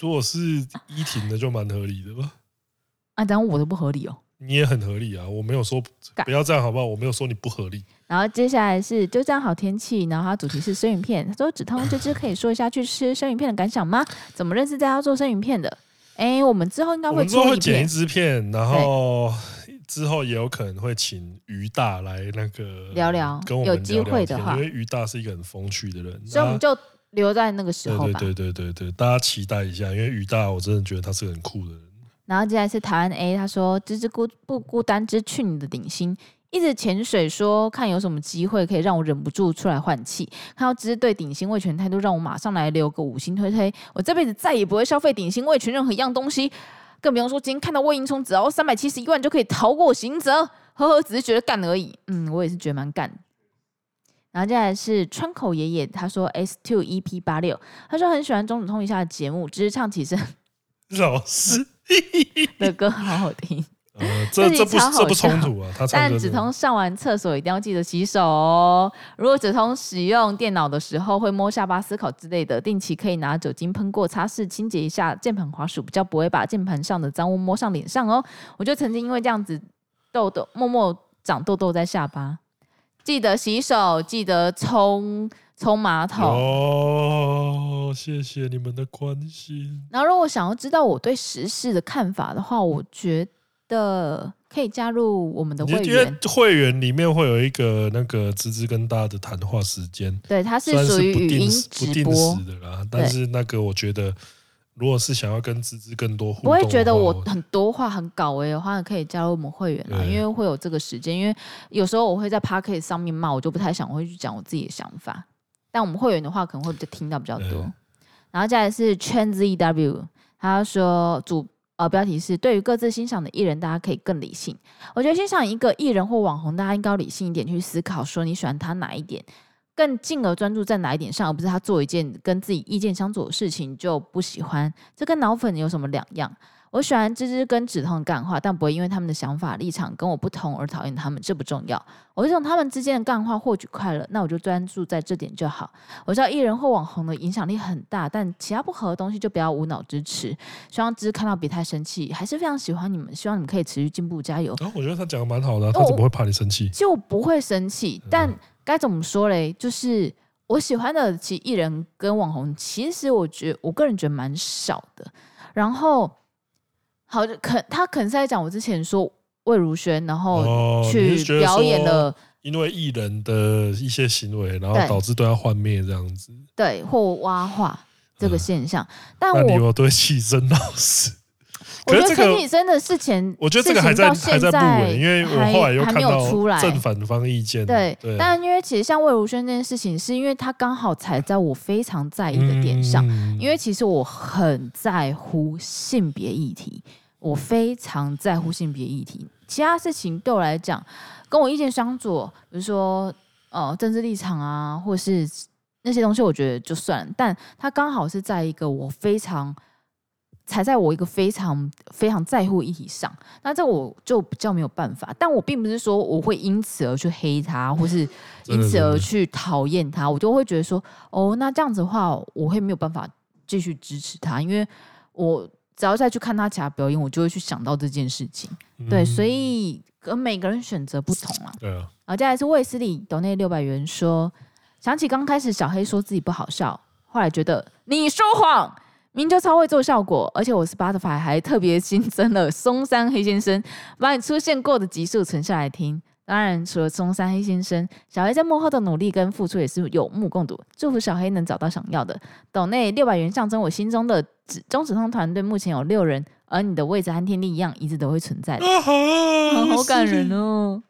如果是依婷的，就蛮合理的吧。啊？讲我的不合理哦。你也很合理啊，我没有说干不要这样，好不好？我没有说你不合理。然后接下来是就这样好天气，然后它主题是生鱼片。他说：“止痛这支可以说一下去吃生鱼片的感想吗？怎么认识大家做生鱼片的？哎，我们之后应该我会们之出后会一剪一片支片，然后之后也有可能会请于大来那个聊聊跟我们有机会的聊聊天话因为于大是一个很风趣的人，所以我们大家就留在那个时候吧。对对对对对对，大家期待一下，因为于大我真的觉得他是个很酷的人。然后接下来是台湾 A，他说：“芝芝孤不孤单之去你的顶心。”一直潜水说看有什么机会可以让我忍不住出来换气。看到芝芝对顶新味全的态度，让我马上来留个五星推推。我这辈子再也不会消费顶新味全任何一样东西，更不用说今天看到魏应充只要三百七十一万就可以逃过刑责，呵呵，只是觉得干而已。嗯，我也是觉得蛮干的。然后接下来是川口爷爷，他说 S two EP 八六，他说很喜欢中子通一下的节目，只是唱起身 老师，的歌好好听。呃，这这这集不超好这不笑冲突啊，他唱但歌子真的通上完厕所一定要记得洗手哦。如果子通使用电脑的时候会摸下巴思考之类的，定期可以拿酒精喷过擦拭清洁一下键盘滑鼠，比较不会把键盘上的脏污摸上脸上哦。我就曾经因为这样子痘痘默默长痘痘在下巴。记得洗手，记得冲冲马桶。哦，谢谢你们的关心。然后，如果想要知道我对时事的看法的话，我觉得可以加入我们的会因为员。会员里面会有一个那个芝芝跟大家的谈话时间，对，它虽然属于不语音定时不直定播时。的啦，但是那个我觉得，如果是想要跟芝芝更多互不动，会觉得我。很多话很搞哎、的话，可以加入我们会员啦，啊对因为会有这个时间。因为有时候我会在 p a c k e t 上面骂，我就不太想会去讲我自己的想法。但我们会员的话，可能会比较听到比较多。嗯然后再来是圈子 E EW，他说主呃标题是对于各自欣赏的艺人，大家可以更理性。我觉得欣赏一个艺人或网红，大家应该要理性一点去思考，说你喜欢他哪一点。更进而专注在哪一点上，而不是他做一件跟自己意见相左的事情就不喜欢，这跟脑粉有什么两样？我喜欢芝芝跟止痛干话，但不会因为他们的想法立场跟我不同而讨厌他们，这不重要。我会从他们之间的干话获取快乐，那我就专注在这点就好。我知道艺人或网红的影响力很大，但其他不合的东西就不要无脑支持。希望芝芝看到别太生气，还是非常喜欢你们，希望你们可以持续进步，加油。然后、我觉得他讲的蛮好的啊、他怎么会怕你生气？其实我不会生气，但该怎么说嘞？就是我喜欢的其实艺人跟网红，其实我觉我个人觉得蛮少的。然后，好，就可他可能是在讲我之前说魏如萱，然后哦去表演，你是觉得说了，因为艺人的一些行为，然后对导致对他幻灭这样子。对，或挖话这个现象。但嗯那你我有对气真老师？ 我可觉得是这个陈绮贞的事情，我觉得这个事还情在到还现在在不稳，因为我后来又还看没有到出来正反方意见。对，对，但因为其实像魏如萱这件事情，是因为她刚好踩在我非常在意的点上，嗯因为其实我很在乎性别议题，我非常在乎性别议题。其他事情对我来讲，跟我意见相左，比如说呃政治立场啊，或是那些东西，我觉得就算了。但他刚好是在一个我非常踩在我一个非常非常在乎的议题上，那这我就比较没有办法。但我并不是说我会因此而去黑他，或是 真因的此真的而去讨厌他，我就会觉得说，哦，那这样子的话，我会没有办法继续支持他，因为我只要再去看他其他表演，我就会去想到这件事情。对，嗯所以跟每个人选择不同啊。对啊，然后接下来是卫斯理抖内六百元说，想起刚开始小黑说自己不好笑，后来觉得你说谎，明就超会做效果，而且我 Spotify 还特别新增了松山黑先生，把你出现过的集数存下来听。当然，除了松山黑先生，小黑在幕后的努力跟付出也是有目共睹。祝福小黑能找到想要的。抖内六百元象征我心中的指中指通团队目前有六人，而你的位置和天地一样，一直都会存在的。好好好感人哦。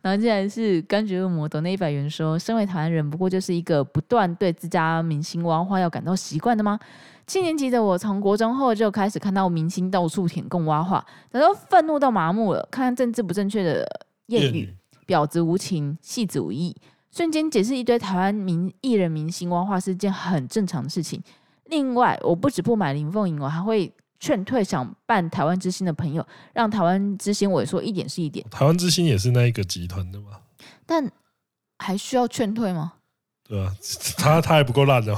然后接下来是柑橘恶魔抖那一百元说，身为台湾人，不过就是一个不断对自家明星挖花要感到习惯的吗？七年级的我从国中后就开始看到明星到处舔共挖话，等到愤怒到麻木了，看看政治不正确的谚语，婊子无情，戏子无义。瞬间解释一堆台湾明艺人明星挖话是件很正常的事情。另外，我不止不买林凤营，我还会劝退想办台湾之星的朋友，让台湾之星萎缩一点是一点。台湾之星也是那一个集团的嘛，但还需要劝退吗？ 对啊，他他还不够烂哦，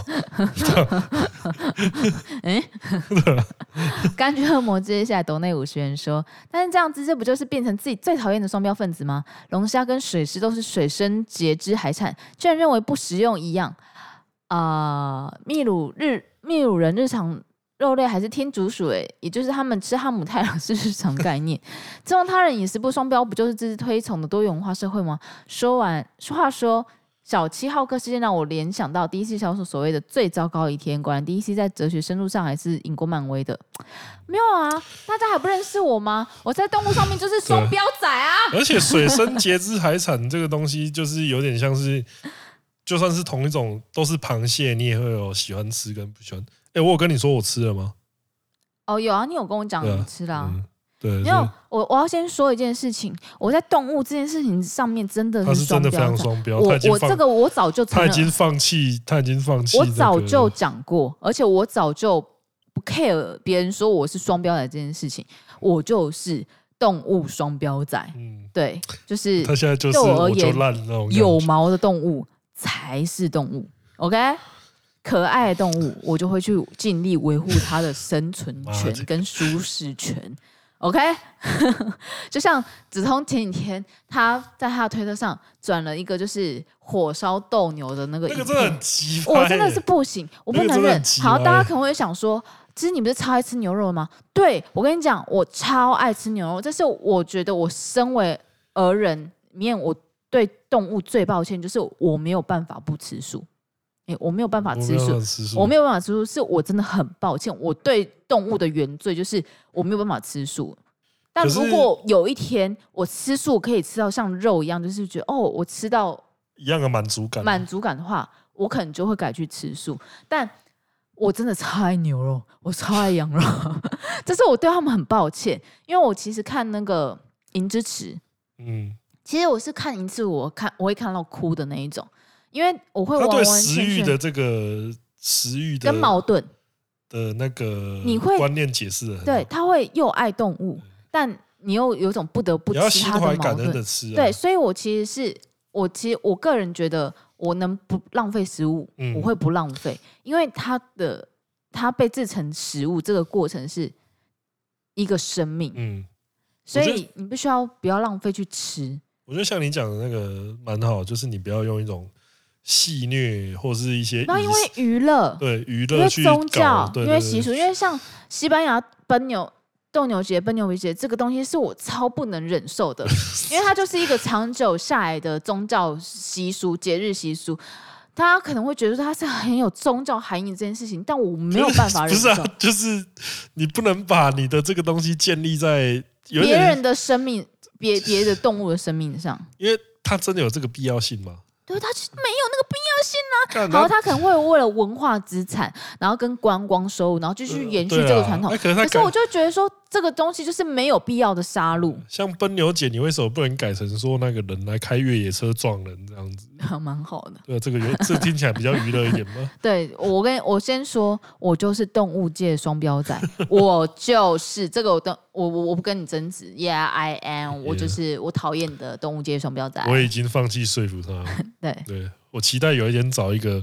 柑橘恶魔接下来抖内五十元说，但是这样子，这不就是变成自己最讨厌的双标分子吗？龙虾跟水蛭都是水生节肢海产，居然认为不食用一样。啊、秘鲁日秘鲁人日常肉类还是天竺鼠、欸，也就是他们吃汉姆太郎是日常概念。 这种他人饮食不双标，不就是这是推崇的多元文化社会吗？说完，说话说。小七浩克事件让我联想到 DC 小组所谓的最糟糕一天，果然 DC 在哲学深度上还是赢过漫威的。没有啊，大家还不认识我吗？我在动物上面就是双标仔啊！而且水生节肢海产这个东西，就是有点像是，就算是同一种，都是螃蟹，你也会有喜欢吃跟不喜欢。哎、我有跟你说我吃了吗？哦，有啊，你有跟我讲对啊你吃啦、嗯，对，没有，我我要先说一件事情，我在动物这件事情上面真的他是真双的非标常仔。双标，我哦他已经我放这个我早就承他已认经了，放弃，他已经放弃、我早就讲过，而且我早就不 care 别人说我是双标仔这件事情，我就是动物双标仔，嗯，对，就是他现在就是对我而我就言烂那种感觉有毛的动物才是动物，OK？可爱的动物，我就会去尽力维护它的生存妈权这跟舒适权，OK？就像子通前几天，他在他的推特上转了一个就是火烧斗牛的那个那影个片，真的很欸鸡 掰、我真的是不行，我不那个能真的忍很。奇好，葩大家欸可能会想说，其实你不是超爱吃牛肉的吗？对我跟你讲，我超爱吃牛肉，这是我觉得我身为儿人里面，我对动物最抱歉，就是我没有办法不吃素，诶、我没有办法我吃没有素。办法吃素，我没有办法吃素，是我真的很抱歉。我对动物的原罪就是我没有办法吃素。但可如是果有一天我吃素可以吃到像肉一样，就是觉得哦，我吃到一样的满足感，满足感的话，我可能就会改去吃素。但我真的超爱牛肉，我超爱羊肉， 这是我对他们很抱歉，因为我其实看那个 《银之匙》，嗯，其实我是看一次，我看我会看到哭的那一种，因为我会他完对完食全欲全的这个食欲的跟矛盾，的那个你会观念解释的，对，，他会又爱动物，但你又有一种不得不你要吃心它的怀矛感恩盾的，吃、啊，对，，所以我其实是我其实我个人觉得，我能不浪费食物，嗯我会不浪费，因为它的它被制成食物这个过程是一个生命，嗯，所我觉以你必须要不要浪费去吃。我觉得像你讲的那个蛮好，就是你不要用一种戏谑或是一些然后仪因为式娱乐，对娱因乐为去宗教搞，对因为对习俗，因为像西班牙奔牛。斗牛节、奔牛节这个东西是我超不能忍受 的，因为它就是一个长久下来的宗教习俗、节日习俗。大家可能会觉得它是很有宗教含义这件事情，但我没有办法 不忍是受。啊，就是你不能把你的这个东西建立在有别点，人的生命，别别的动物的生命上，因为它真的有这个必要性吗？对，它是没有那个必干要。然后啊那它可能会为了文化资产，然后跟观光收入，然后继续延续对啊这个传统。那可是它可是我改就觉得说，这个东西就是没有必要的杀戮，像奔牛姐，你为什么不能改成说那个人来开越野车撞人这样子？蛮好的。对啊，这个有这听起来比较娱乐一点 吗？对我跟我先说，我就是动物界的双标仔，我就是这个我的，我我我不跟你争执，Yeah I am，我就是我讨厌的动物界双标仔。我已经放弃说服他了。 对，对我期待有一天找一个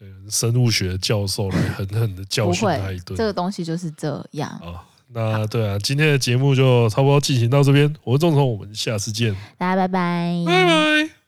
呃生物学的教授来狠狠的教不训他会一，顿这。个东西就是这样。啊，那对啊，今天的节目就差不多进行到这边。我是钟总，我们下次见，大家拜拜。拜拜。